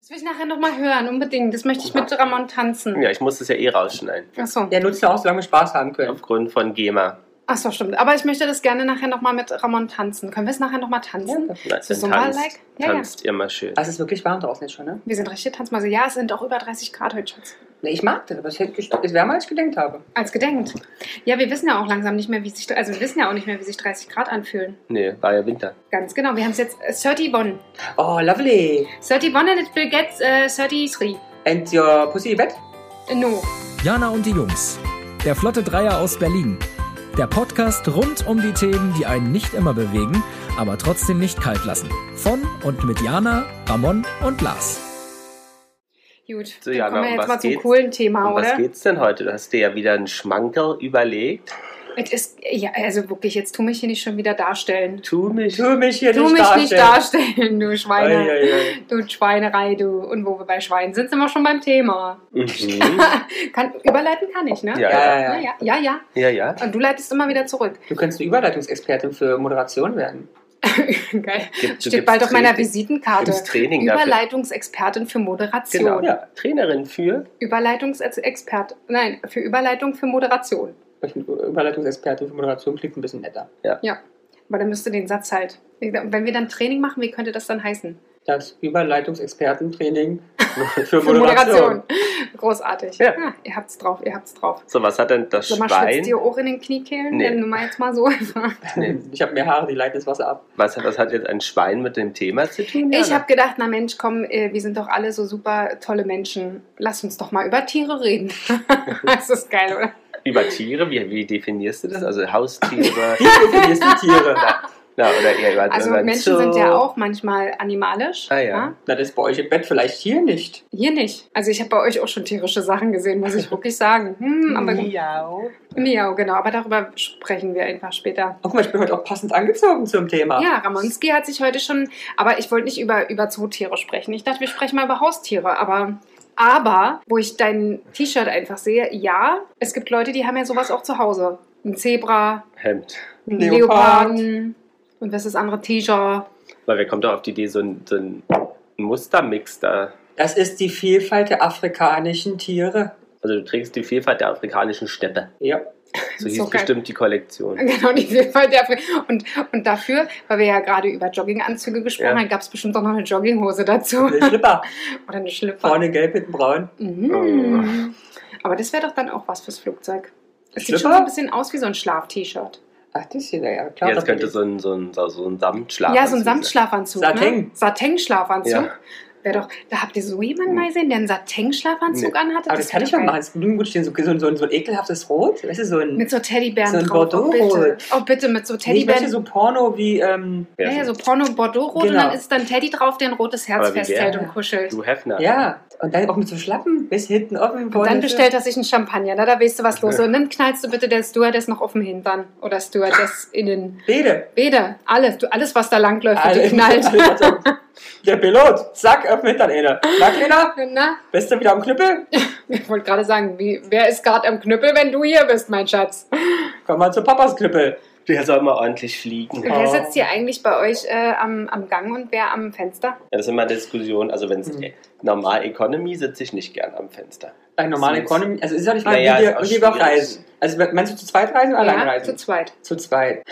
Das will ich nachher nochmal hören, unbedingt. Das möchte ich mit Ramon tanzen. Ja, ich muss es ja eh rausschneiden. Achso. Der nutzt ja auch, solange wir Spaß haben können. Aufgrund von GEMA. Achso, stimmt. Aber ich möchte das gerne nachher nochmal mit Ramon tanzen. Können wir es nachher nochmal tanzen? Na, So dann tanzt, Zumba-like? Ja, ja. tanzt immer schön. Also es ist wirklich warm draußen jetzt schon, ne? Wir sind richtig Tanzmäuse. Ja, es sind auch über 30 Grad heute, Schatz. Nee, ich mag das, aber es hält- es ist wärmer, als ich gedenkt habe. Als gedenkt. Ja, wir wissen ja auch langsam nicht mehr, wie sich, also wir wissen ja auch nicht mehr, wie sich 30 Grad anfühlen. Nee, war ja Winter. Ganz genau. Wir haben es jetzt äh, 31. Oh, lovely. 31 and it will get äh, 33. And your pussy wet? Äh, No. Jana und die Jungs. Der Flotte Dreier aus Berlin. Der Podcast rund um die Themen, die einen nicht immer bewegen, aber trotzdem nicht kalt lassen. Von und mit Jana, Ramon und Lars. Gut. So, Dann Jana, kommen wir um jetzt was mal zum geht's? coolen Thema, Um was Ah, oder? geht's denn heute? Du hast dir ja wieder einen Schmankerl überlegt. Es ist, ja, also wirklich, jetzt tu mich hier nicht schon wieder darstellen. Tu mich. Tu mich hier Tu nicht mich nicht darstellen. darstellen, du Schweine. Eieiei. Du Schweinerei, du. Und wo wir bei Schweinen sind, sind wir schon beim Thema. Mhm. Kann, überleiten kann ich, ne? Ja, Ja, ja, Ja, ja, ja. ja, ja, ja. ja, ja. Und du leitest immer wieder zurück. Du könntest eine Überleitungsexpertin für Moderation werden. Geil. Gib- du Steht gibst bald auf meiner Training- Visitenkarte. gibst Training dafür. Überleitungsexpertin für Moderation. Oh Genau, ja. Trainerin für. Überleitungsexpert. Nein, für Überleitung für Moderation. Ich bin Überleitungsexpertin für Moderation klingt ein bisschen netter. Aber dann müsste den Satz halt. Wenn wir dann Training machen, wie könnte das dann heißen? Das Überleitungsexpertentraining für Für Moderation. Großartig. Ja. Ah, ihr habt's drauf, ihr habt's drauf. So, was hat denn das Sag mal, schwitzt Schwein? ihr auch in den Kniekehlen? Nee. Wenn du mal jetzt mal so. Nee. Ich habe mehr Haare, die leiten das Wasser ab. Was, hat- was hat jetzt ein Schwein mit dem Thema zu tun? Ich Jana? habe gedacht, na Mensch, komm, äh, wir sind doch alle so super tolle Menschen. Lass uns doch mal über Tiere reden. das ist geil, oder? Über Tiere, wie, wie definierst du das? Also Haustiere. Hier ist die Tiere. na, na, oder eher über Also über den Menschen Zoo. sind ja auch manchmal animalisch. ne? Ah, ja. Na, das ist bei euch im Bett vielleicht hier nicht. Hier nicht. Also ich habe bei euch auch schon tierische Sachen gesehen, muss ich wirklich sagen. Hm, aber Miau. Miau, genau. Aber darüber sprechen wir einfach später. Oh, guck mal, ich bin heute auch passend angezogen zum Thema. Ja, Ramonski hat sich heute schon, aber ich wollte nicht über, über Zootiere sprechen. Ich dachte, wir sprechen mal über Haustiere, aber. Aber, wo ich dein T-Shirt einfach sehe, ja, es gibt Leute, die haben ja sowas auch zu Hause. Ein Zebra, Hemd. ein Leopard. Leoparden und was ist das andere T-Shirt. Weil wer kommt doch auf die Idee, so ein, so ein Mustermix da. Das ist die Vielfalt der afrikanischen Tiere. Also du trägst die Vielfalt der afrikanischen Steppe. Ja. So Ist hieß doch geil. bestimmt die Kollektion. Genau, die Vielfalt der Afrika. Und, und dafür, weil wir ja gerade über Jogginganzüge gesprochen Ja. haben, gab es bestimmt auch noch eine Jogginghose dazu. Eine Schlipper. Oder eine Schlüpfer. Vorne gelb, hinten braun. Mhm. Aber das wäre doch dann auch was fürs Flugzeug. Das sieht schon Schlüpper? so ein bisschen aus wie so ein Schlaf-T-Shirt. Ach, das hier, na ja, klar. Jetzt das könnte ist- so ein, so ein, so so ein Samtschlaf. genau, Ja, so ein Samtschlafanzug. Ne? Sateng. Sateng-Schlafanzug. Ja. Wär doch, da habt ihr so jemanden mal gesehen, der einen Sateng-Schlafanzug Nee. anhatte? Aber das kann wär ich doch mal geil. machen. Es ist gut stehen, so, so, so, so ein ekelhaftes Rot. Weißt du, so ein. Mit so Teddybären So ein drauf. Oh bitte. Bordeaux-Rot. oh, bitte, mit so Nee, ich möchte Teddybären. so Porno wie. Ähm, ja, ja, so Porno-Bordeaux-Rot und Genau. dann ist dann Teddy drauf, der ein rotes Herz Aber wie festhält wär- und kuschelt. Du Hefner. ja. Und dann auch mit so Schlappen bis hinten offen. Und vorne dann so- bestellt er sich einen Champagner, na, da weißt du, was los ist. Und dann knallst du bitte der Stewardess noch auf dem Hintern. Oder Stewardess in den Rede. Bede. Alles, du, alles, was da langläuft, wird Alle- geknallt. alle- also, Der Pilot, zack, öffnet dann einer. Na, Kleiner, Na, bist du wieder am Knüppel? ich wollte gerade sagen, wie, wer ist gerade am Knüppel, wenn du hier bist, mein Schatz? Komm mal zu Papas Knüppel. Der soll mal ordentlich fliegen. Wer sitzt hier eigentlich bei euch äh, am, am Gang und wer am Fenster? Ja, das ist immer eine Diskussion. Also wenn es Mhm. normal Economy sitze ich nicht gern am Fenster. Ein normale Süß. Economy. Also, ist ja nicht mal, Naja, wie ist wir, auch wie wir auch schwierig. reisen. Also, meinst du zu zweit reisen oder allein ja, reisen? zu zweit. Zu zweit.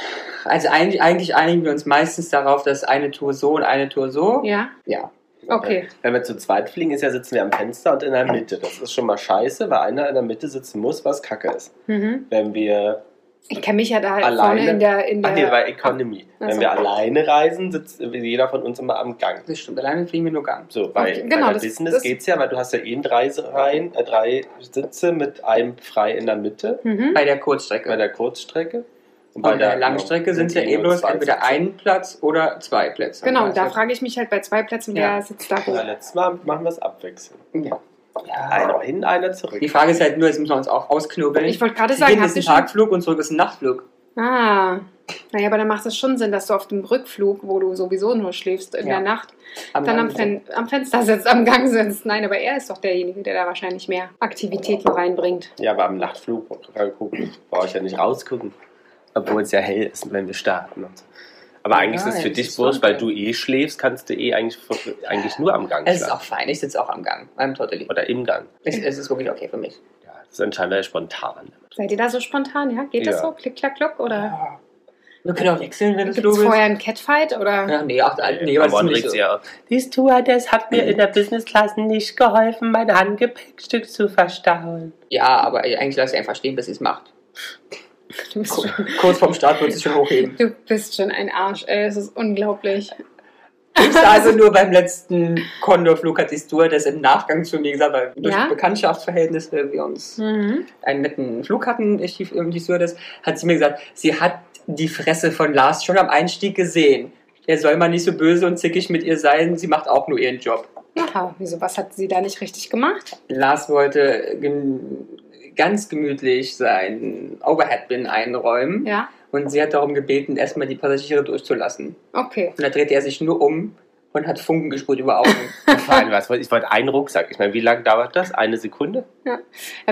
Also eigentlich, eigentlich einigen wir uns meistens darauf, dass eine Tour so und eine Tour so. Ja, Ja. okay. Wenn wir zu zweit fliegen, ist ja sitzen wir am Fenster und in der Mitte. Das ist schon mal scheiße, weil einer in der Mitte sitzen muss, was kacke ist. Mhm. Wenn wir Ich kenne mich ja da halt Alleine? vorne in der... In der Ach nee, bei Economy. Ach Wenn so. wir alleine reisen, sitzt jeder von uns immer am Gang. Das stimmt. Alleine fliegen wir nur Gang. So, bei, Okay, genau, bei der das- Business das- geht's ja, weil du hast ja eh eben drei Reihen, äh, drei Sitze mit einem frei in der Mitte mhm. Bei der bei Kurzstrecke. der Kurzstrecke. Und Genau, bei der Langstrecke sind es ja eh nur bloß zwei entweder Sitze. ein Platz oder zwei Plätze. Genau, und da Also- frage ich mich halt bei zwei Plätzen, wer Ja. sitzt da Ja, wo. letztes Mal machen wir es abwechselnd. Ja. Einer hin, einer zurück. Die Frage ist halt nur, jetzt müssen wir uns auch ausknobeln. Ich wollte gerade Hier sagen, hinten hast ist du ein schon... Tagflug und zurück ist ein Nachtflug. Ah, naja, aber dann macht es schon Sinn, dass du auf dem Rückflug, wo du sowieso nur schläfst in Ja. der Nacht, Aber dann am, Fen am Fenster sitzt, am Gang sitzt. Nein, aber er ist doch derjenige, der da wahrscheinlich mehr Aktivitäten reinbringt. Ja, aber am Nachtflug äh, gucken, brauche ich ja nicht rausgucken. Obwohl es ja hell ist, wenn wir starten. Und so. Aber eigentlich ist es Nein, für das dich ist wurscht, weil du Sonntag. eh schläfst, kannst du eh eigentlich, eigentlich nur am Gang Es ist schlafen. auch fein, ich sitze auch am Gang, am Tortelli. Oder im Gang. Es, es ist wirklich okay für mich. Ja, das ist anscheinend spontan. Seid ihr da so spontan, ja? Geht das Ja. so? Klick, klack, klock? Oder Wir können auch wechseln, wenn es gibt du es willst. vorher einen Catfight? Oder? Ja, nee, ach, Also, nee, aber das ist Ramon nicht regt so. sich auf. Dies Tour, das hat mir in der Business Class nicht geholfen, mein Handgepäckstück zu verstauen. Ja, aber eigentlich lasse ich einfach stehen, bis sie es macht. Du, bist Ku- schon, Kurz vorm Start wird es schon hochheben. du bist schon ein Arsch, ey. Es ist unglaublich. Ich sah also nur beim letzten Condor-Flug hat die Stewardess im Nachgang zu mir gesagt, weil durch Ja? Bekanntschaftsverhältnisse wir uns Mhm. einen netten Flug hatten, ich die, ähm, die Stewardess, hat sie mir gesagt, sie hat die Fresse von Lars schon am Einstieg gesehen. Er soll mal nicht so böse und zickig mit ihr sein, sie macht auch nur ihren Job. Aha, wieso, was hat sie da nicht richtig gemacht? Lars wollte gen- ganz gemütlich sein Overhead-Bin einräumen Ja, und sie hat darum gebeten, erstmal die Passagiere durchzulassen. okay. Und da drehte er sich nur um und hat Funken gesprüht über Augen. Vor allem, was, wollte- ich wollte einen Rucksack. Ich meine, wie lange dauert das? Eine Sekunde? Ja,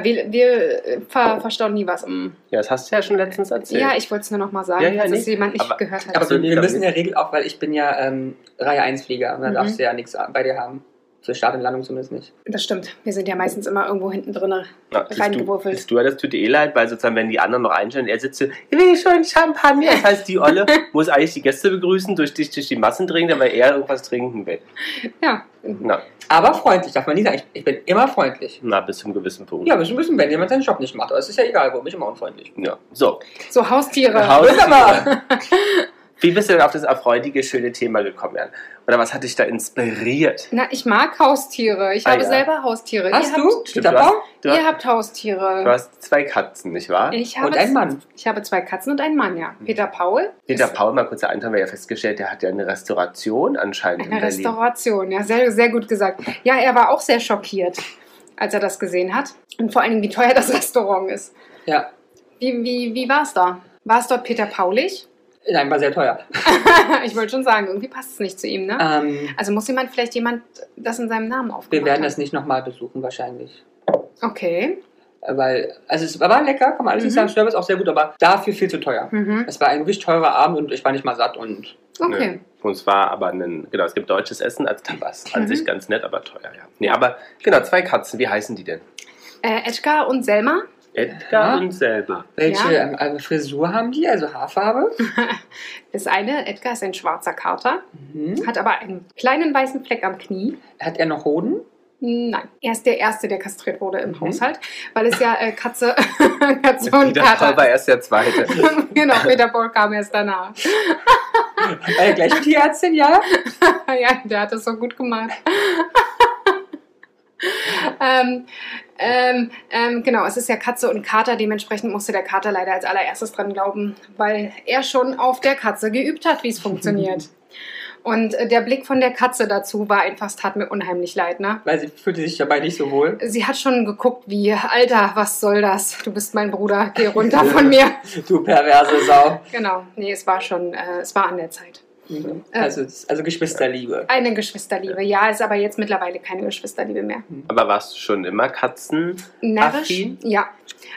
wir wir äh, ver verstauen nie was im. Ja, das hast du ja schon letztens erzählt. Ja, ich wollte es nur noch mal sagen, Ja, ja, dass es nee. jemand nicht Aber- gehört hat. Aber Also, wir, wir damit- müssen in der Regel auch, weil ich bin ja ähm, Reihe 1 Flieger und da Mhm. darfst du ja nichts bei dir haben. Für Start und Landung zumindest nicht. Das stimmt. Wir sind ja meistens immer irgendwo hinten drin. Na, das reingewürfelt. Du, das tut dir eh leid, weil sozusagen, wenn die anderen noch einstellen, er sitzt so, ich will schon Champagner. Das heißt, die Olle muss eigentlich die Gäste begrüßen, durch dich durch die Massen dringen, weil er irgendwas trinken will. Ja, Na, Aber freundlich, darf man nie sagen. Ich, ich bin immer freundlich. na bis zum gewissen Punkt. Ja, wir müssen, wenn jemand seinen Job nicht macht. Aber es ist ja egal, wo bin ich immer unfreundlich. Ja. So, so Haustiere. Haus- Wunderbar! wie bist du denn auf das erfreudige, schöne Thema gekommen, Jan? Oder was hat dich da inspiriert? Na, ich mag Haustiere. Ich Ah, habe ja. selber Haustiere. Hast ihr du? Habt, du hast, Stapau? du, ihr hast, habt Haustiere. du hast zwei Katzen, nicht wahr? Ich habe Und ein Mann. Ich habe zwei Katzen und einen Mann, ja. Peter Paul, Mhm. Peter Paul, mal kurzer Eintrag, weil ja festgestellt, der hat ja eine Restauration anscheinend eine in Berlin. Restauration. Ja, sehr, sehr gut gesagt. Ja, er war auch sehr schockiert, als er das gesehen hat. Und vor allen Dingen, wie teuer das Restaurant ist. Ja, Wie, wie, wie war es da? War es dort Peter Paulig? nein, war sehr teuer. ich wollte schon sagen, irgendwie passt es nicht zu ihm, ne? Ähm, Also muss jemand vielleicht jemand das in seinem Namen aufmachen. wir werden das nicht nochmal besuchen, wahrscheinlich. Okay. Äh, Weil, also es war lecker, kann man alles nicht Mhm. sagen. Service auch sehr gut, aber dafür viel zu teuer. Mhm. Es war ein wirklich teurer Abend und ich war nicht mal satt und Okay. Nö. Ne? Und zwar aber ein, genau, es gibt deutsches Essen als Tabas. An Mhm. sich ganz nett, aber teuer, ja. Nee, aber genau, zwei Katzen, wie heißen die denn? Äh, Edgar und Selma. Edgar Ja. und Selma. Welche Ja. ähm, äh, Frisur haben die? Also Haarfarbe? Das eine, Edgar ist ein schwarzer Kater, Mhm. hat aber einen kleinen weißen Fleck am Knie. Hat er noch Hoden? Nein, er ist der Erste, der kastriert wurde im Mhm. Haushalt, weil es ja äh, Katze, Katze und Peter Paul war Kater. erst der zweite. genau, Peter Paul kam erst danach. Äh, gleich mit Tierärztin, ja? ja, der hat das so gut gemacht. ähm, ähm, ähm, genau, es ist ja Katze und Kater, dementsprechend musste der Kater leider als allererstes dran glauben, weil er schon auf der Katze geübt hat, wie es funktioniert. Und äh, der Blick von der Katze dazu war einfach, es tat mir unheimlich leid, ne? Weil sie fühlte sich dabei nicht so wohl. Sie hat schon geguckt, wie, Alter, was soll das? Du bist mein Bruder, geh runter von mir. Du perverse Sau. Genau, nee, es war schon, äh, es war an der Zeit. Mhm. Also, also Geschwisterliebe. Eine Geschwisterliebe, ja, ist aber jetzt mittlerweile keine Geschwisterliebe mehr. aber warst du schon immer Katzen? Närrisch? Affin? Ja.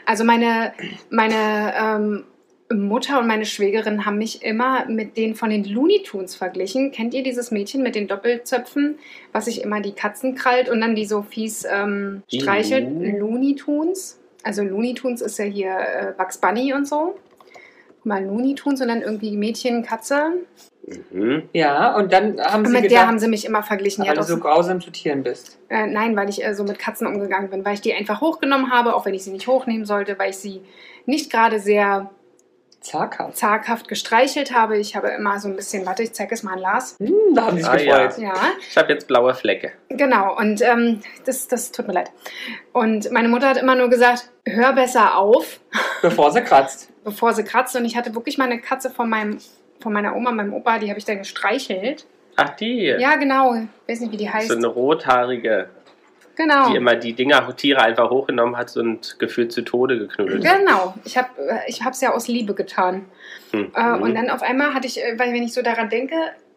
Also meine, meine ähm, Mutter und meine Schwägerin haben mich immer mit denen von den Looney Tunes verglichen. Kennt ihr dieses Mädchen mit den Doppelzöpfen, was sich immer die Katzen krallt und dann die so fies ähm, Die streichelt? Looney? Looney Tunes. Also Looney Tunes ist ja hier äh, Bugs Bunny und so. Mal Looney Tunes und dann irgendwie Mädchen, Katze. Mhm. Ja, und dann haben Und sie mit gedacht, Also der haben sie mich immer verglichen. Die hat weil du auch so grausam zu Tieren bist. Äh, nein, weil ich äh, so mit Katzen umgegangen bin, weil ich die einfach hochgenommen habe, auch wenn ich sie nicht hochnehmen sollte, weil ich sie nicht gerade sehr Zaghaft. zaghaft gestreichelt habe. Ich habe immer so ein bisschen, warte, ich zeige es mal an Lars. Hm, da haben sie sich Ah, gefreut. Ja, Ich habe jetzt blaue Flecke. genau. Und ähm, das, das tut mir leid. Und meine Mutter hat immer nur gesagt, hör besser auf, Bevor sie kratzt. bevor sie kratzt. Und ich hatte wirklich meine Katze von meinem von meiner Oma, meinem Opa, die habe ich dann gestreichelt. Ach, die. Ja, genau. Ich weiß nicht, wie die heißt. So eine rothaarige, genau. die immer die Dinger, Tiere einfach hochgenommen hat und gefühlt zu Tode geknuddelt hat. Genau, ich habe ich hab's ja aus Liebe getan. Mhm. Äh, Und dann auf einmal hatte ich, äh, weil wenn ich so daran denke,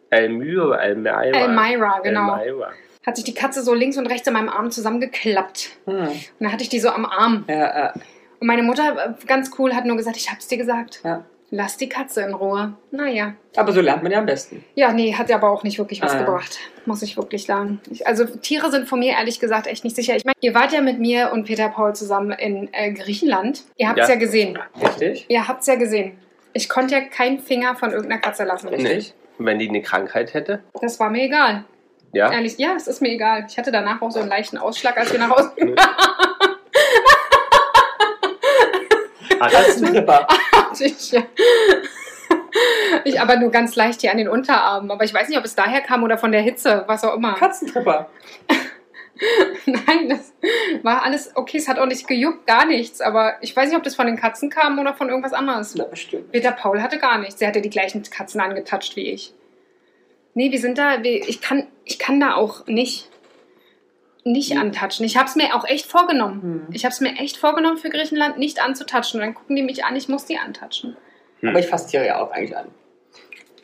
Elmyra, Elmyra. Elmira, genau, Elmyra. hat sich die Katze so links und rechts an meinem Arm zusammengeklappt. Hm. Und dann hatte ich die so am Arm. Ja, ja, Und meine Mutter, äh, ganz cool, hat nur gesagt, ich hab's dir gesagt. ja. Lass die Katze in Ruhe. Naja. Aber so lernt man ja am besten. Ja, nee, hat aber auch nicht wirklich was Ah, ja. gebracht. Muss ich wirklich sagen. Ich, also Tiere sind von mir ehrlich gesagt echt nicht sicher. Ich meine, ihr wart ja mit mir und Peter Paul zusammen in äh, Griechenland. Ihr habt es ja. Ja. gesehen. Richtig? Ihr habt es ja gesehen. Ich konnte ja keinen Finger von irgendeiner Katze lassen. Richtig? Und wenn die eine Krankheit hätte, Das war mir egal. ja. Ehrlich, ja, es ist mir egal. Ich hatte danach auch so einen leichten Ausschlag, als wir nach Hause gegangen Hattest du? Super. sind. Ja. Ich aber nur ganz leicht hier an den Unterarmen. Aber ich weiß nicht, ob es daher kam oder von der Hitze, was auch immer. Katzenpupper. Nein, das war alles okay. Es hat auch nicht gejuckt, gar nichts. Aber ich weiß nicht, ob das von den Katzen kam oder von irgendwas anderes. Na, bestimmt. Peter Paul hatte gar nichts. Er hatte die gleichen Katzen angetatscht wie ich. Nee, wir sind da. Wir, ich, kann, ich kann da auch nicht, nicht antatschen. Ich habe es mir auch echt vorgenommen. Ich habe es mir echt vorgenommen, für Griechenland nicht anzutatschen. Und dann gucken die mich an, ich muss die antatschen. Aber ich fasse Tiere ja auch eigentlich an.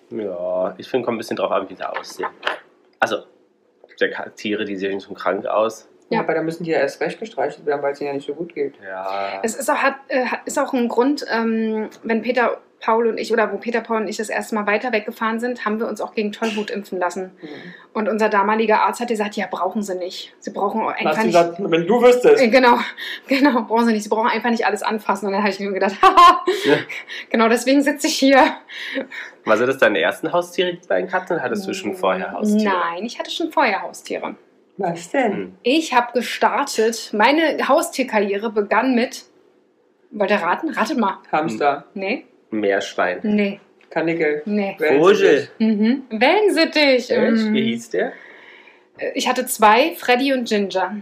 Ja, ich finde, kommt ein bisschen drauf an, wie sie aussehen. Also, der Ka- Tiere, die sehen schon krank aus. Ja. Ja. Aber da müssen die ja erst recht gestreichelt werden, weil es ihnen ja nicht so gut geht. Ja. Es ist auch, hat, äh, hat- ist auch ein Grund, ähm, wenn Peter Paul und ich, oder wo Peter Paul und ich das erste Mal weiter weggefahren sind, haben wir uns auch gegen Tollwut impfen lassen. Und unser damaliger Arzt hat gesagt, ja, brauchen sie nicht. Sie brauchen auch Hast einfach du nicht. gesagt, wenn du wüsstest. Äh, Genau, genau, brauchen sie nicht. Sie brauchen einfach nicht alles anfassen. Und dann habe ich mir gedacht, haha, Ja. genau deswegen sitze ich hier. War sind das deine ersten Haustiere, die beiden Katzen? oder Hattest du Mm, schon vorher Haustiere? Nein, ich hatte schon vorher Haustiere. Was denn? Hm. Ich habe gestartet, meine Haustierkarriere begann mit. Wollt ihr raten? Ratet mal. Hamster, Nee, Meerschwein. nee, Kanickel, nee. Vogel. Mhm. Wellensittich. Echt? Mhm. Äh, Wie hieß der? Ich hatte zwei, Freddy und Ginger.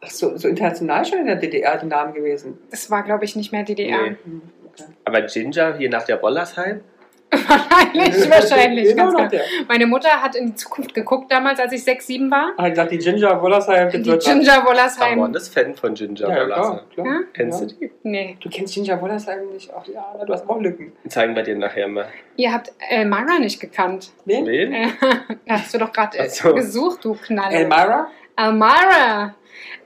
Ach so, so international schon in der DDR die Namen gewesen. Das war, glaube ich, nicht mehr DDR. Nee. Hm, Okay. Aber Ginger, hier nach der Wollersheim? Wahrscheinlich, wahrscheinlich. Genau Ganz noch genau. der. Meine Mutter hat in die Zukunft geguckt damals, als ich sechs, sieben war. Hat gesagt, die Ginger Wollersheim, Die das wird was. Ginger War man Wollersheim. das Fan von Ginger Ja, Wollersheim? klar, klar. Ja? Kennst Ja. du die? Nee. Du kennst Ginger Wollersheim nicht? Ach ja, du hast auch Lücken. Zeigen wir dir nachher mal. Ihr habt Elmira nicht gekannt. Nee? Wen? Äh, Hast du doch gerade äh, Ach so. gesucht, du Knalle. Elmira? Elmira.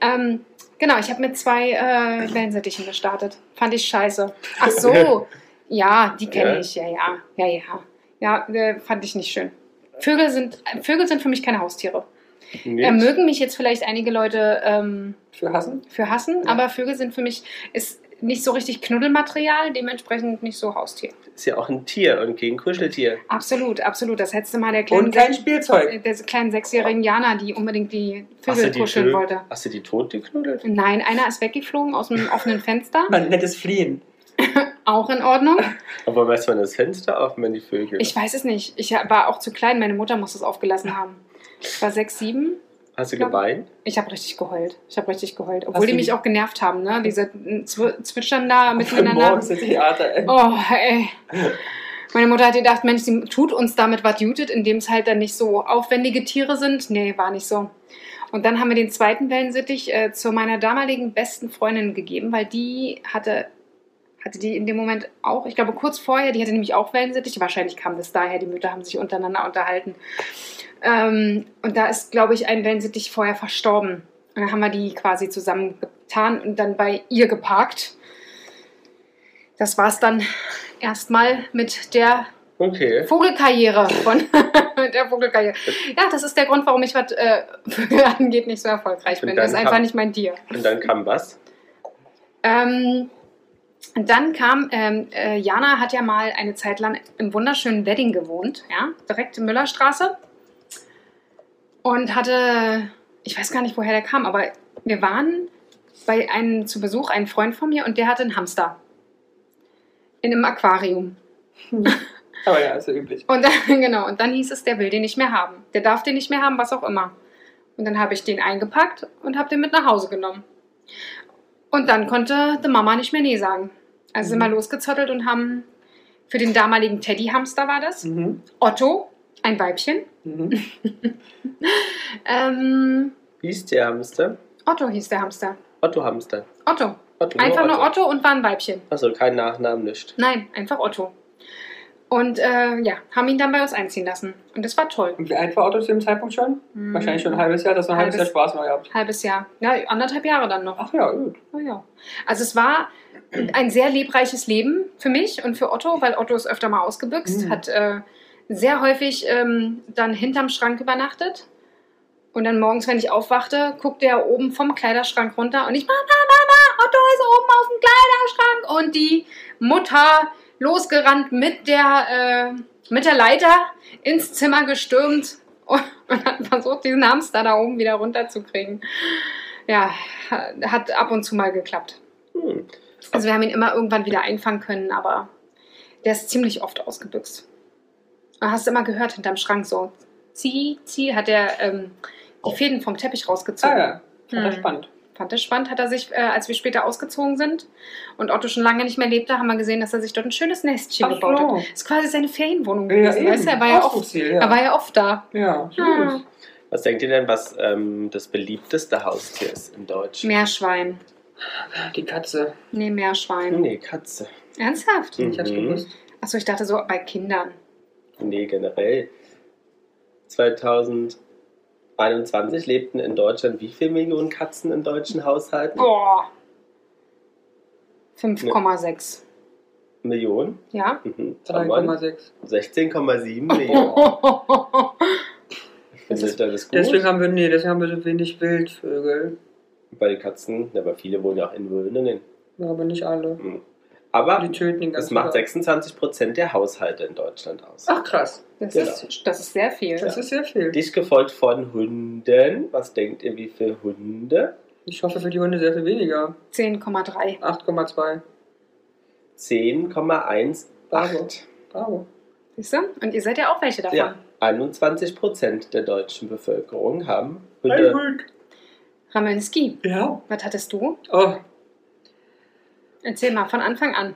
Ähm, genau, ich habe mit zwei äh, Wellensittichen gestartet. Fand ich scheiße. Ach so. ja, die kenne Ja? ich. Ja, ja. Ja, ja. Ja, äh, fand ich nicht schön. Vögel sind, äh, Vögel sind für mich keine Haustiere. Nicht? Äh, mögen mich jetzt vielleicht einige Leute ähm, Für Hassen? für hassen, aber Vögel sind für mich ist nicht so richtig Knuddelmaterial, dementsprechend nicht so Haustier. Ist ja auch ein Tier und kein Kuscheltier. Absolut, absolut. Das hättest du mal der kleinen Und kein Spielzeug. der kleinen sechsjährigen Jana, die unbedingt die Hast du Vögel die kuscheln tö- wollte. Hast du die tot geknuddelt? Nein, einer ist weggeflogen aus einem offenen Fenster. Man nennt es Fliehen. Auch in Ordnung. Aber weiß man das Fenster auf, wenn die Vögel. Ich weiß es nicht. Ich war auch zu klein. Meine Mutter muss es aufgelassen haben. Ich war sechs, sieben. Hast du geweint? Ich habe richtig geheult. Ich habe richtig geheult. Hast Obwohl du die mich die- auch genervt haben, ne? Diese mm, Zw Zwitschern da miteinander. Morgens im Theater. ey. Oh, ey. Meine Mutter hat gedacht, Mensch, sie tut uns damit was Jutet, indem es halt dann nicht so aufwendige Tiere sind. Nee, war nicht so. Und dann haben wir den zweiten Wellensittich äh, zu meiner damaligen besten Freundin gegeben, weil die hatte, hatte die in dem Moment auch, ich glaube kurz vorher, die hatte nämlich auch Wellensittich. Wahrscheinlich kam das daher, die Mütter haben sich untereinander unterhalten. Ähm, und da ist, glaube ich, ein Wellensittich vorher verstorben. Und dann haben wir die quasi zusammengetan und dann bei ihr geparkt. Das war's dann erstmal mit der Okay. Vogelkarriere von mit der Vogelkarriere. Ja, das ist der Grund, warum ich was äh, Vögel angeht nicht so erfolgreich Und bin. Das ist dann einfach kam- nicht mein Tier. Und dann kam was? Ähm, und dann kam, ähm, äh, Jana hat ja mal eine Zeit lang im wunderschönen Wedding gewohnt, ja, direkt in Müllerstraße. Und hatte, ich weiß gar nicht, woher der kam, aber wir waren bei einem zu Besuch, ein Freund von mir, und der hatte einen Hamster. In einem Aquarium. Aber ja, ist ja üblich. Und dann, genau, und dann hieß es, der will den nicht mehr haben. Der darf den nicht mehr haben, was auch immer. Und dann habe ich den eingepackt und habe den mit nach Hause genommen. Und dann konnte die Mama nicht mehr Nee sagen. Also Mhm. sind wir losgezottelt und haben für den damaligen Teddyhamster war das. Mhm. Otto, ein Weibchen. Mhm. Ähm, Wie hieß der Hamster? Otto hieß der Hamster. Otto Hamster. Otto. Otto, Einfach nur Otto und war ein Weibchen. Achso, kein Nachnamen, nicht. Nein, einfach Otto. Und äh, ja, haben ihn dann bei uns einziehen lassen. Und das war toll. Und wie alt war Otto zu dem Zeitpunkt schon? Mhm. Wahrscheinlich schon ein halbes Jahr, dass wir ein halbes Jahr Halbes- Spaß noch gehabt. Halbes Jahr. Ja, anderthalb Jahre dann noch. Ach ja, gut. Na ja. Also es war ein sehr lebreiches Leben für mich und für Otto, weil Otto ist öfter mal ausgebüxt, Mhm. hat äh, sehr häufig ähm, dann hinterm Schrank übernachtet. Und dann morgens, wenn ich aufwachte, guckte er oben vom Kleiderschrank runter und ich, Mama, Mama, Otto ist oben auf dem Kleiderschrank. Und die Mutter losgerannt mit der, äh, mit der Leiter ins Zimmer gestürmt und, und hat versucht, diesen Hamster da oben wieder runterzukriegen. Ja, hat ab und zu mal geklappt. Hm. Also wir haben ihn immer irgendwann wieder einfangen können, aber der ist ziemlich oft ausgebüxt. Da hast du immer gehört hinterm Schrank so, zieh, zieh, hat er ähm, die Fäden vom Teppich rausgezogen. Oh. Ah ja, Hm. das spannend. Fand das spannend, hat er sich, äh, als wir später ausgezogen sind und Otto schon lange nicht mehr lebte, haben wir gesehen, dass er sich dort ein schönes Nestchen Ach gebaut hat. so. Ist quasi seine Ferienwohnung Ja, gewesen, eben. weißt du? Er war ja, oft, Ausflugsziel, ja. er war ja oft da. ja, Ah. süß. Was denkt ihr denn, was ähm, das beliebteste Haustier ist in Deutsch? Meerschwein. Die Katze. Nee, Hm. Meerschwein. Nee, Katze. Ernsthaft? Mhm. Ich hab's gewusst. Achso, ich dachte so bei Kindern. Nee, generell. 2021 lebten in Deutschland wie viele Millionen Katzen in deutschen Haushalten? Boah. 5,6. Millionen? Ja? Mhm. Ramon? 3,6. 16,7 Millionen. Findet ihr Oh. das gut? Deswegen haben wir, nee, deswegen haben wir so wenig Wildvögel. Weil Katzen, ja, aber viele wohnen ja auch in Wohnungen. Aber nicht alle. Mhm. Die Aber töten den es ganzen macht Tag. 26% der Haushalte in Deutschland aus. Ach krass, Das, Genau. ist, das ist sehr viel. das ist sehr viel. Dicht gefolgt von Hunden. Was denkt ihr, wie viele Hunde? Ich hoffe für die Hunde sehr viel weniger. 10,3. 8,2. 10,18. Bravo. Bravo. Siehst du? Und ihr seid ja auch welche davon. Ja, 21% der deutschen Bevölkerung haben Ein Hunde. Hund. Ramonski, Ja. was hattest du? Oh. Erzähl mal von Anfang an.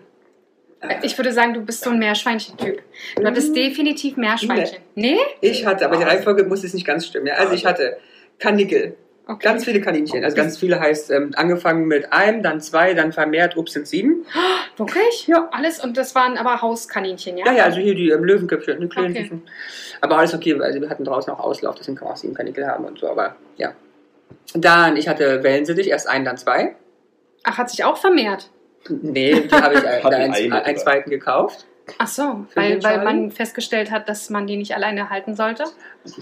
Äh. Ich würde sagen, du bist so ein Meerschweinchen-Typ. Du hattest definitiv Meerschweinchen. Nee? Ich hatte, Ah. aber die Reihenfolge muss jetzt nicht ganz stimmen. Ja? Also ich hatte Kanickel, Okay. ganz viele Kaninchen. Also ganz viele heißt, ähm, angefangen mit einem, dann zwei, dann vermehrt, ups, sind sieben. Wirklich? Ja. Alles und das waren aber Hauskaninchen, ja? Ja, ja, also hier die ähm, Löwenköpfchen, die kleinen Okay. Tüchen. Aber alles okay, also wir hatten draußen auch Auslauf, deswegen kann man auch sieben Kanickel haben und so, aber ja. Dann, ich hatte Wellensittich, erst einen, dann zwei. Ach, hat sich auch vermehrt. Nee, die habe ich äh, Hat die einen, eine, einen oder? zweiten gekauft. Ach so, Für weil, den weil Charlie? man festgestellt hat, dass man die nicht alleine halten sollte.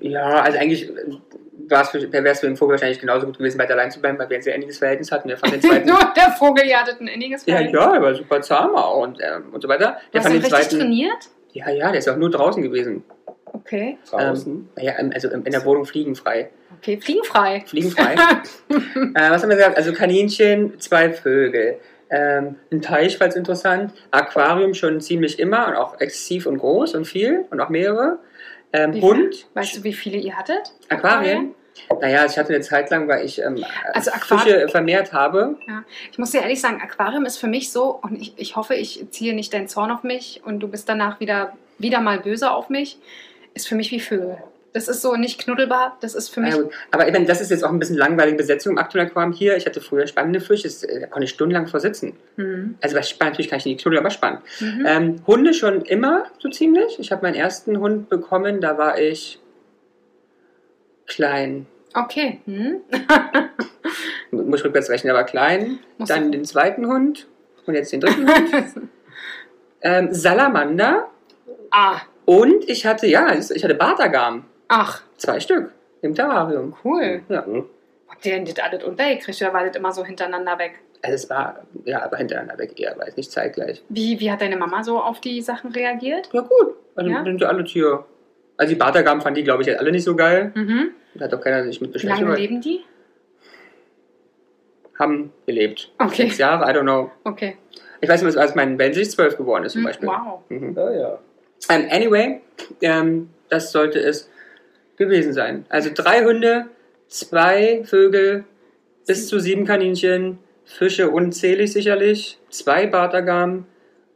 Ja, also eigentlich wäre es für, wär's für den Vogel wahrscheinlich genauso gut gewesen, weiter allein zu bleiben, weil wir ein sehr ähnliches Verhältnis hatten. Wir fanden den zweiten Nur der Vogel ja, hat ein inniges Ja, Verhalten. ja, er war super zahm auch und, ähm, und so weiter. Du Der hast ihn fand den richtig zweiten. trainiert? Ja, ja, der ist auch nur draußen gewesen. Okay. Draußen. Ja, ähm, also in in der Wohnung fliegenfrei. Okay, fliegenfrei. Fliegenfrei. äh, was haben wir gesagt? Also Kaninchen, zwei Vögel. Ähm, ein Teich, falls interessant. Aquarium schon ziemlich immer und auch exzessiv und groß und viel und auch mehrere. Wie Ähm, viel? Hund, Weißt du, wie viele ihr hattet? Aquarien. Naja, ich hatte eine Zeit lang, weil ich ähm, Also Aquar- Fische vermehrt habe. Ich muss dir ehrlich sagen, Aquarium ist für mich so, und ich, ich hoffe, ich ziehe nicht deinen Zorn auf mich und du bist danach wieder, wieder mal böse auf mich, ist für mich wie Vögel. Das ist so nicht knuddelbar, das ist für mich. Ja, gut. aber ich meine, das ist jetzt auch ein bisschen langweilige Besetzung im aktuellen Aquarium hier. Ich hatte früher spannende Fische, das, äh, da konnte ich stundenlang vorsitzen. Mhm. Also bei spannend, natürlich kann ich nicht knuddeln, aber spannend. Mhm. Ähm, Hunde schon immer so ziemlich. Ich habe meinen ersten Hund bekommen, da war ich klein. Okay. Mhm. Muss ich rückwärts rechnen, aber klein. Musst Dann du- den zweiten Hund und jetzt den dritten Hund. Ähm, Salamander ah, und ich hatte, ja, ich hatte Bartagam. ach, Zwei Stück im Terrarium. cool. Ja. Mhm. Habt ihr denn das alles untergekriegt oder war das immer so hintereinander weg? Also es war, ja, aber hintereinander weg eher, weil es nicht zeitgleich. Wie, wie hat deine Mama so auf die Sachen reagiert? Ja, gut. Also Ja? sind ja alle Tiere. Also die Bartagaben fanden die, glaube ich, jetzt alle nicht so geil. Mhm. Da hat doch keiner sich mit Wie beschäftigt. lange aber leben die? Haben gelebt. Okay. Sechs Jahre, I don't know. Okay. Ich weiß nicht, als mein Benji zwölf geworden ist zum Beispiel. Wow. Mhm. Ja, Ah, ja. Ähm, anyway, ähm, das sollte es gewesen sein. Also drei Hunde, zwei Vögel, bis zu sieben Kaninchen, Fische unzählig sicherlich, zwei Bartagamen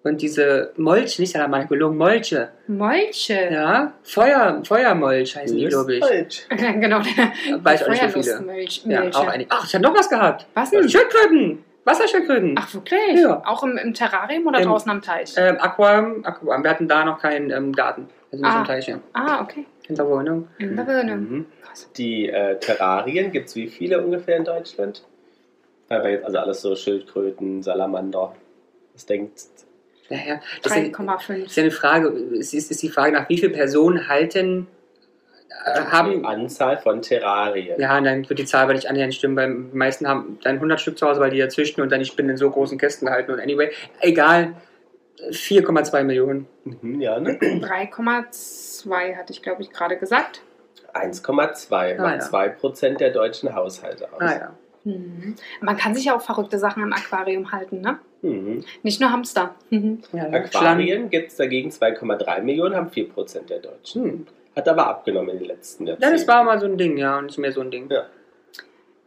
und diese Molche, nicht Salamander, gelogen, Molche. Molche. Ja, Feuer, Feuermolch heißen die, glaube ich. Falsch. genau. Weiß auch nicht so viele. Feuerlustmilch. Ja, Milch, auch ja. einige. Ach, ich habe noch was gehabt. Was denn? Schildkröten. Wasserschildkröten. Hm. Ach, wirklich? Ja. Auch im, im Terrarium oder Im- draußen am Teich? Ähm, Aquam, Aquam. Wir hatten da noch keinen ähm, Garten. Also nicht Ah. im Teich, ja. ah, okay. In der Wohnung. In der Birne. Mhm. Die äh, Terrarien gibt es wie viele ungefähr in Deutschland? Weil wir jetzt also alles so Schildkröten, Salamander. Was denkt. Naja, das ist, ja- 3,5. ist ja eine Frage. Es ist, ist die Frage, nach wie viel Personen halten, äh, haben. Die Anzahl von Terrarien. Ja, und dann wird die Zahl aber nicht annähernd stimmen, weil die meisten haben dann 100 Stück zu Hause, weil die ja züchten und dann die Spinnen in so großen Kästen halten. Und anyway, egal, 4,2 Millionen. Mhm, ja ne? 3,2 hatte ich, glaube ich, gerade gesagt. 1,2 Ah, macht ja. 2% der deutschen Haushalte aus. Ah ja. Mhm. Man kann sich ja auch verrückte Sachen im Aquarium halten, ne? mhm. Nicht nur Hamster. Mhm. ja ja. Aquarien gibt es dagegen 2,3 Millionen, haben 4% der Deutschen. Schlangen. Hm. Hat aber abgenommen in den letzten Jahrzehnten. Ja, das war mal so ein Ding, ja, und ist mehr so ein Ding. Ja.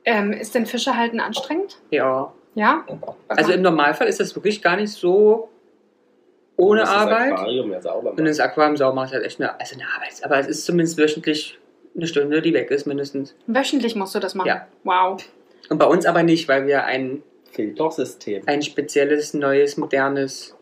Ähm, ist denn Fische halten anstrengend? Ja. Ja? Also im Normalfall ist das wirklich gar nicht so ohne das Das Arbeit. Aquarium ja sauber Und machen. das Aquarium sauber macht halt echt eine, also eine Arbeit. Aber es ist zumindest wöchentlich eine Stunde, die weg ist mindestens. Wöchentlich musst du das machen. Ja. Wow. Und bei uns aber nicht, weil wir ein, Filtersystem. ein spezielles, neues, modernes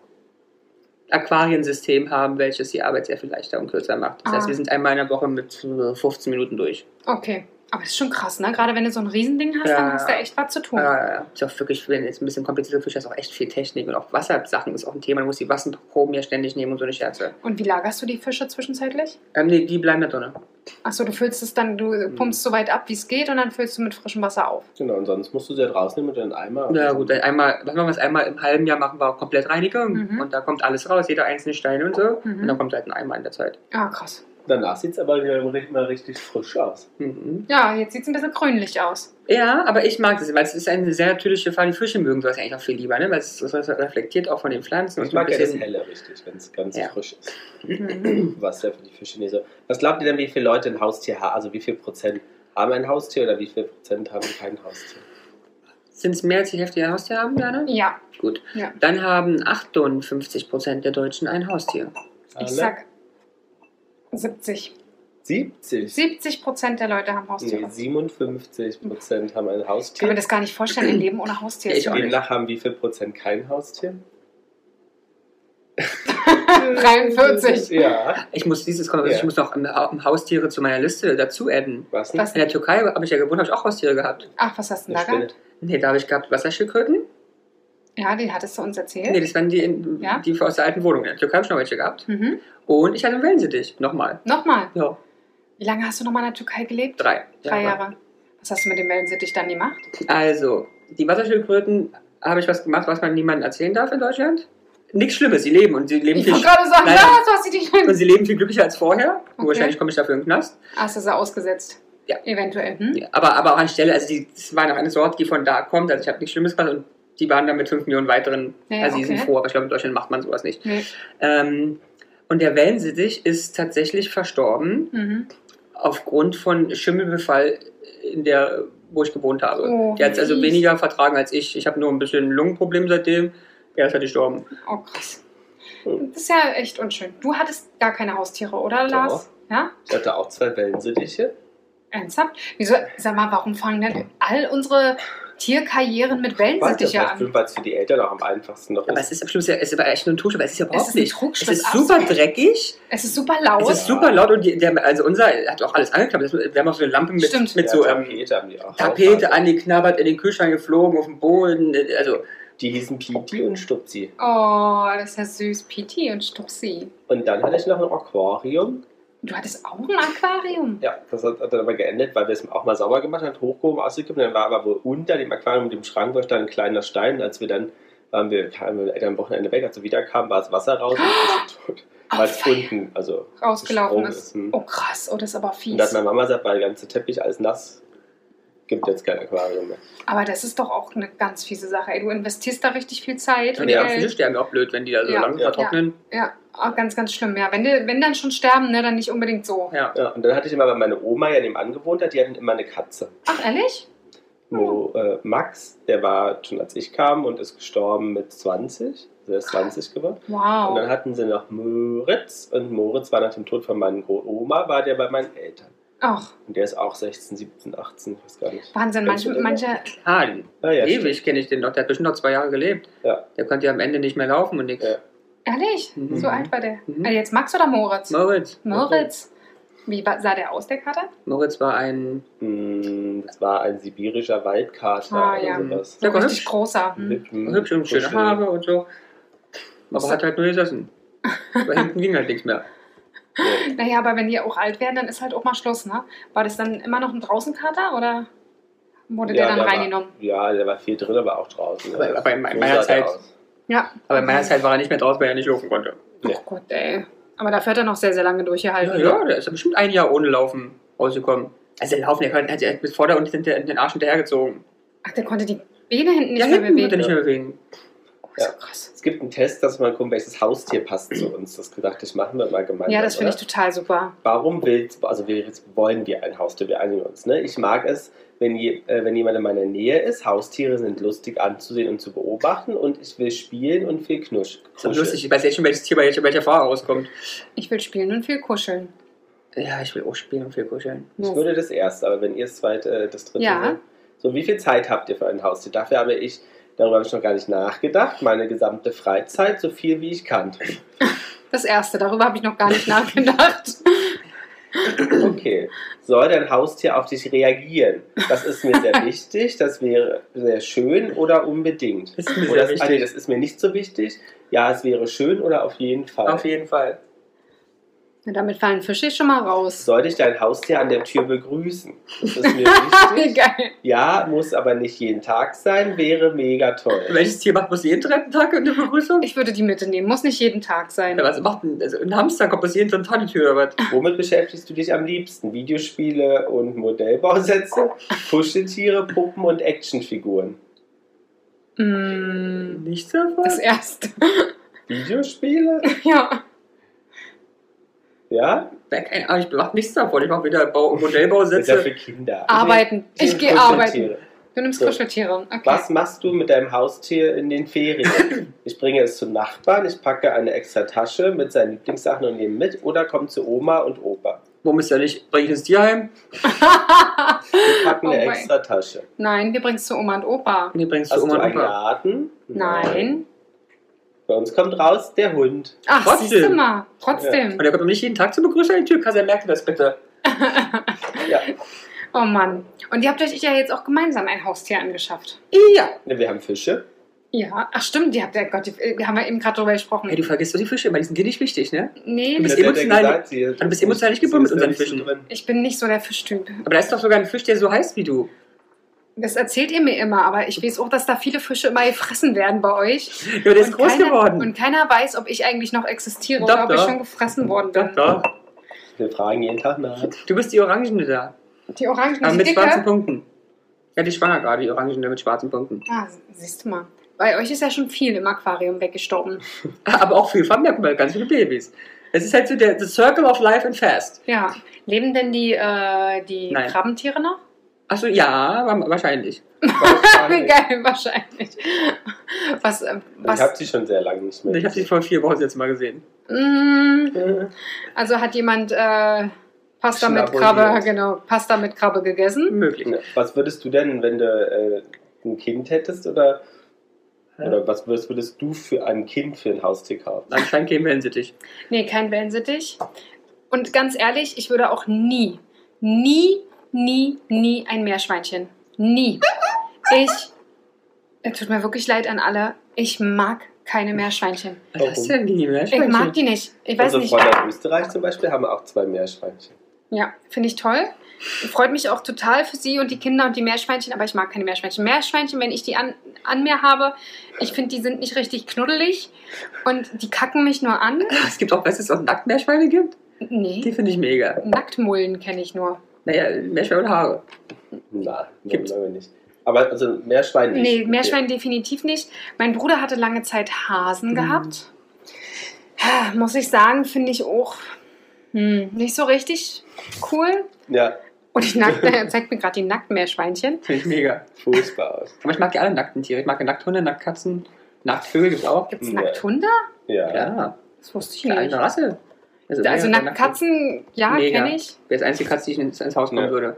Aquariensystem haben, welches die Arbeit sehr viel leichter und kürzer macht. Das Ah. heißt, wir sind einmal in der Woche mit äh, 15 Minuten durch. Okay. Aber das ist schon krass, ne? Gerade wenn du so ein Riesending hast, Ja, dann hast du ja. echt was zu tun. Ja, ja, ja. Ist auch wirklich, wenn jetzt ein bisschen komplizierter Fisch ist, auch echt viel Technik und auch Wassersachen ist auch ein Thema. Du musst die Wasserproben ja ständig nehmen und so eine Scherze. Und wie lagerst du die Fische zwischenzeitlich? Ähm, nee, die bleiben da drinnen. Achso, du füllst es dann, Hm. du pumpst so weit ab, wie es geht, und dann füllst du mit frischem Wasser auf. Genau, und sonst musst du sie ja rausnehmen und dann einmal. Ja gut, dann einmal, was machen wir es einmal im halben Jahr machen wir komplett Reinigung Mhm. und da kommt alles raus, jeder einzelne Stein und Oh, so. Mhm. Und dann kommt halt ein Eimer in der Zeit. Ah, krass. Danach sieht es aber wieder mal richtig frisch aus. Mhm. Ja, jetzt sieht es ein bisschen grünlich aus. Ja, aber ich mag das, weil es ist eine sehr natürliche Farbe. Die Fische mögen sowas eigentlich auch viel lieber, ne? Weil es es reflektiert auch von den Pflanzen Ich und so ein mag ja das bisschen. Helle richtig, wenn es ganz Ja. frisch ist. Mhm. Was ja für die Fische nicht so. Was glaubt ihr denn, wie viele Leute ein Haustier haben? Also wie viel Prozent haben ein Haustier oder wie viel Prozent haben kein Haustier? Sind es mehr als die Hälfte, die ein Haustier haben, Jana? Ja, Gut. Ja. Dann haben 58 Prozent der Deutschen ein Haustier. Alle? ich sag 70. 70. 70 Prozent der Leute haben Nee, Haustiere. 57 Prozent haben ein ich kann mir Haustier. das gar nicht vorstellen, ein Leben ohne Haustier. Ja, ich auch nicht. Demnach haben wie viel Prozent kein Haustier? 43. Ja. Ich muss dieses kommen, Ja. ich muss noch ähm, ähm, Haustiere zu meiner Liste dazu adden. Was Was? nicht? In der Türkei habe ich ja gewohnt, habe ich auch Haustiere gehabt. Ach, was hast du Eine denn da Spinne. gehabt? Nee, da habe ich gehabt Wasserschildkröten. Ja, die hattest du uns erzählt. Nee, das waren die, in, Ja? die aus der alten Wohnung. In der Türkei habe ich noch welche gehabt. Mhm. Und ich hatte einen Wellensittich. Nochmal. Nochmal, Ja, wie lange hast du nochmal in der Türkei gelebt? drei. Drei Jahre. Was hast du mit dem Wellensittich dann gemacht? Also, die Wasserschildkröten habe ich was gemacht, was man niemandem erzählen darf in Deutschland. Nichts Schlimmes, sie leben und sie leben, Ich viel, wollte gerade sagen, Nein, was hast du dich und sie leben viel glücklicher als vorher. Okay. Wahrscheinlich komme ich dafür in den Knast. Hast du sie ausgesetzt? Ja. Eventuell. Hm? Ja, aber, aber auch anstelle, also die, es war noch eine Sorte, die von da kommt. Also ich habe nichts Schlimmes gemacht und die waren dann mit 5 Millionen weiteren. Ja, ja, also die sind okay. froh, aber ich glaube, in Deutschland macht man sowas nicht. Nee. Ähm, und der Wellensittich ist tatsächlich verstorben. Mhm. aufgrund von Schimmelbefall in der, wo ich gewohnt habe. Oh, der hat es also fies. weniger vertragen als ich. Ich habe nur ein bisschen Lungenproblem seitdem. Er ist halt gestorben. Oh, krass. Das ist ja echt unschön. Du hattest gar keine Haustiere, oder, Hm. Doch. Lars? Ja? Ich hatte auch zwei Wellensittiche. Ernsthaft? Wieso, sag mal, warum fangen denn all unsere Tierkarrieren mit Warte, Wellensittiche vielleicht an? weil es für die Eltern auch am einfachsten noch Aber ist. es ist am Schluss ja, es ist aber echt nur ein Tusch, aber es ist ja überhaupt ist ein nicht. Trugschluss, Es ist absolut. super dreckig, Es ist super laut. es ist super laut und die, der, also unser hat auch alles angeklappt. Das- Wir haben auch so eine Lampe mit, Stimmt. mit ja, so ähm, Tapete haben die auch. Tapete angeknabbert, in den Kühlschrank geflogen, auf den Boden. Also, Die hießen Pipi und Stupsi. oh, das ist ja süß. Piti und Stuxi. Und dann hatte ich noch ein Aquarium. Du hattest auch ein Aquarium. Ja, das hat, hat dann aber geendet, weil wir es auch mal sauber gemacht haben, hochgehoben, ausgekippt. Dann war aber wohl unter dem Aquarium mit dem Schrank, wo stand ein kleiner Stein. Und als wir dann, waren wir kamen wir am Wochenende weg, als wir wiederkamen, war das Wasser raus und wir sind tot. Weil es Au, weia. unten, also. Rausgelaufen gesprungen ist. ist, hm. Oh, krass. Oh, das ist aber Und da hat fies. meine Mama gesagt, weil der ganze Teppich alles nass, gibt jetzt kein Aquarium mehr. Aber das ist doch auch eine ganz fiese Sache. Ey, du investierst da richtig viel Zeit wenn und die ganzen Fische Geld. sterben ja auch blöd, wenn die da so Ja. langsam Ja. vertrocknen. Ja, oh, ganz, ganz schlimm. Ja, wenn, die, wenn dann schon sterben, ne, dann nicht unbedingt so. Ja. Ja, und dann hatte ich immer, weil meine Oma ja nebenan gewohnt hat, die hatten immer eine Katze. Ach, ehrlich? Hm. Mo, äh, Max, der war schon als ich kam und ist gestorben mit 20. Also er ist 20 geworden. Und dann Wow. hatten sie noch Moritz und Moritz war nach dem Tod von meiner Gro- Oma, war der bei meinen Eltern. Ach, Und der ist auch 16, 17, 18, ich weiß gar nicht. Wahnsinn. Manche, manche, Hardy. Ah, ja, stimmt. Ewig kenne ich den doch. Der hat bestimmt noch zwei Jahre gelebt. Ja. Der konnte ja am Ende nicht mehr laufen und nichts. Ja. ehrlich, Mhm. so alt war der. Mhm. Äh, Jetzt Max oder Moritz? Moritz. Moritz. Wie wa- sah der aus, der Kater? Moritz war ein. Hm, Das war ein sibirischer Waldkater Ah, oder ja. sowas. So Der war richtig hübsch. großer. Hm. Hübsch, hm, Hübsch und schöne kuschelig. Haare und so. Was- Aber hat halt nur gesessen. Weil hinten ging halt nichts mehr. Ja. Naja, aber wenn die auch alt werden, dann ist halt auch mal Schluss, ne? War das dann immer noch ein Draußenkater oder wurde der Ja, dann der war- reingenommen? Ja, der war viel drin, aber auch draußen. Also, Aber- aber in So meiner sah der Zeit- aus. Ja. Aber in meiner Zeit war er nicht mehr draußen, weil er nicht laufen konnte. Nee. Oh Gott, ey. Aber dafür hat er noch sehr, sehr lange Ja, durchgehalten. ja, der ist ja bestimmt ein Jahr ohne Laufen rausgekommen. Also der Laufen, der hat hat- der hat bis vorder und hinter in den Arsch hinterhergezogen. Ach, der konnte die Beine hinten nicht ja, mehr hinten konnte er bewegen. nicht mehr bewegen. Oh, ist ja krass. Es gibt einen Test, dass man guckt, welches Haustier passt zu uns. Das dachte ich, machen wir mal gemeinsam. Ja, das finde oder? ich total super. Warum willst, also wir, wollen wir ein Haustier? Wir einigen uns. Ne? Ich mag es, wenn, je, äh, wenn jemand in meiner Nähe ist. Haustiere sind lustig anzusehen und zu beobachten und ich will spielen und viel knusch. Ist aber kuscheln. lustig, ich weiß jetzt schon, welches Tier bei welcher, welcher Fahrer rauskommt. Ich will spielen und viel kuscheln. Ja, ich will auch spielen und viel kuscheln. Ich würde das erste, aber wenn ihr das zweite, äh, das dritte Ja. seid. So, wie viel Zeit habt ihr für ein Haustier? Dafür habe ich, darüber habe ich noch gar nicht nachgedacht, meine gesamte Freizeit, so viel wie ich kann. Das erste, darüber habe ich noch gar nicht nachgedacht. Okay. Soll dein Haustier auf dich reagieren? Das ist mir sehr wichtig, das wäre sehr schön oder unbedingt. Das ist mir Oder sehr das, ah, nee, wichtig. das ist mir nicht so wichtig. Ja, es wäre schön oder auf jeden Fall. Auf jeden Fall. Na, damit fallen Fische schon mal raus. Sollte ich dein Haustier an der Tür begrüßen? Das ist mir wichtig. Geil. Ja, muss aber nicht jeden Tag sein, wäre mega toll. Welches Tier macht bloß jeden dritten Tag eine Begrüßung? Ich würde die Mitte nehmen. Muss nicht jeden Tag sein. Ja, was macht ein, also ein Hamster kommt bloß jeden dritten Tag in die Tür, aber Womit beschäftigst du dich am liebsten? Videospiele und Modellbausätze, Kuscheltiere, Puppen und Actionfiguren. Mm, nichts davon. das erste. Videospiele? ja. Ja? Ja, keine Ahnung, ich mach nichts davon. Ich mach wieder Bau Das ist ja Modellbausätze. für Kinder. Arbeiten. Also Nee, Ich gehe Kuscheltiere. arbeiten. Du nimmst So. Kuscheltiere. Okay. Was machst du mit deinem Haustier in den Ferien? Ich bringe es zum Nachbarn, ich packe eine extra Tasche mit seinen Lieblingssachen und nehme mit oder komm zu Oma und Opa. Warum ist ja nicht? Bring ich ins Tierheim? Wir packen Oh eine mein. extra Tasche. Nein, wir bringen es zu Oma und Opa. Nee, bringst Hast du du Oma und einen Opa. Garten? Nein. Bei uns kommt raus der Hund. Ach, Trotzdem. siehst du mal. Trotzdem. Und er kommt doch nicht jeden Tag zur Begrüßung an die Tür. Kasser, merkt ihr das bitte? Ja. Oh Mann. Und ihr habt euch ja jetzt auch gemeinsam ein Haustier angeschafft. Ja. Ne, Wir haben Fische. Ja. Ach stimmt, ihr habt ja, Gott, die, äh, haben wir eben gerade drüber gesprochen. Hey, du vergisst doch die Fische, weil die sind dir nicht wichtig, ne? nee, Du das- Das bist hat er emotional- gesagt, sie- du bist emotional nicht gebunden sie ist mit da unseren nicht so Fischen. drin. ich bin nicht so der Fischtyp. Aber da ist doch sogar ein Fisch, der so heißt wie du. Das erzählt ihr mir immer, aber ich weiß auch, dass da viele Fische immer gefressen werden bei euch. Ja, der ist Und groß keiner, geworden. Und keiner weiß, ob ich eigentlich noch existiere Doch, oder ob ich doch. schon gefressen worden Doch, bin. doch. Wir fragen jeden Tag nach. Du bist die Orangene da. Die Orangen, Aber die mit schwarzen dicke. Punkten. Ja, die schwanger gerade, die Orangene mit schwarzen Punkten. Ah, siehst du mal. Bei euch ist ja schon viel im Aquarium weggestorben. Aber auch viel Vermerkmal, ganz viele Babys. Es ist halt so der the Circle of Life and Fast. Ja. Leben denn die, äh, die Nein. Krabbentiere noch? Achso, ja, wa- wahrscheinlich. Wie Ich geil, wahrscheinlich. Was, äh, habe was, sie schon sehr lange nicht mehr. Ich habe sie vor vier Wochen jetzt mal gesehen. Mm, Äh. gesehen. also hat jemand äh, Pasta mit Schnabuliert. Krabbe, genau, Pasta mit Krabbe gegessen? Möglich. Was würdest du denn, wenn du äh, ein Kind hättest oder, oder was würdest, würdest du für ein Kind für ein Haustier kaufen? Anscheinend gehen wir in Sittich. Nee, kein Wellensittich. Und ganz ehrlich, ich würde auch nie, nie, nie, nie ein Meerschweinchen. Nie. Ich, es tut mir wirklich leid an alle, ich mag keine Meerschweinchen. Was hast du denn gegen die Ich Meerschweinchen? mag die nicht. Ich weiß Unsere nicht. Also Freunde aus Österreich zum Beispiel haben auch zwei Meerschweinchen. Ja, finde ich toll. Freut mich auch total für sie und die Kinder und die Meerschweinchen, aber ich mag keine Meerschweinchen. Meerschweinchen, wenn ich die an, an mir habe, ich finde, die sind nicht richtig knuddelig und die kacken mich nur an. Es gibt auch, weißt du, es auch Nacktmeerschweine gibt? Die Nee, finde ich mega. Nacktmullen kenne ich nur. Naja, Meerschweine und Haare. Na, nein, Gibt's- lange nicht. Aber also Meerschwein nicht. Nee, Meerschwein definitiv nicht. Mein Bruder hatte lange Zeit Hasen Mhm. gehabt. Ah, Muss ich sagen, finde ich auch hm, nicht so richtig cool. Okay. Ja, Und ich nackt, er zeigt mir gerade die Nacktmeerschweinchen. Finde ich mega. furchtbar aus. Aber ich mag ja alle nackten Tiere. Ich mag ja Nackthunde, Nackkatzen, Nacktvögel gibt es auch. Gibt es Nee. Nackthunde? Ja. Ja, Das wusste ich eine nicht. eigene Rasse. Also, Also mega nackte Katzen, ja, Mega. kenne ich. Wäre das einzige Katze, die ich ins, ins Haus kommen Ja. würde.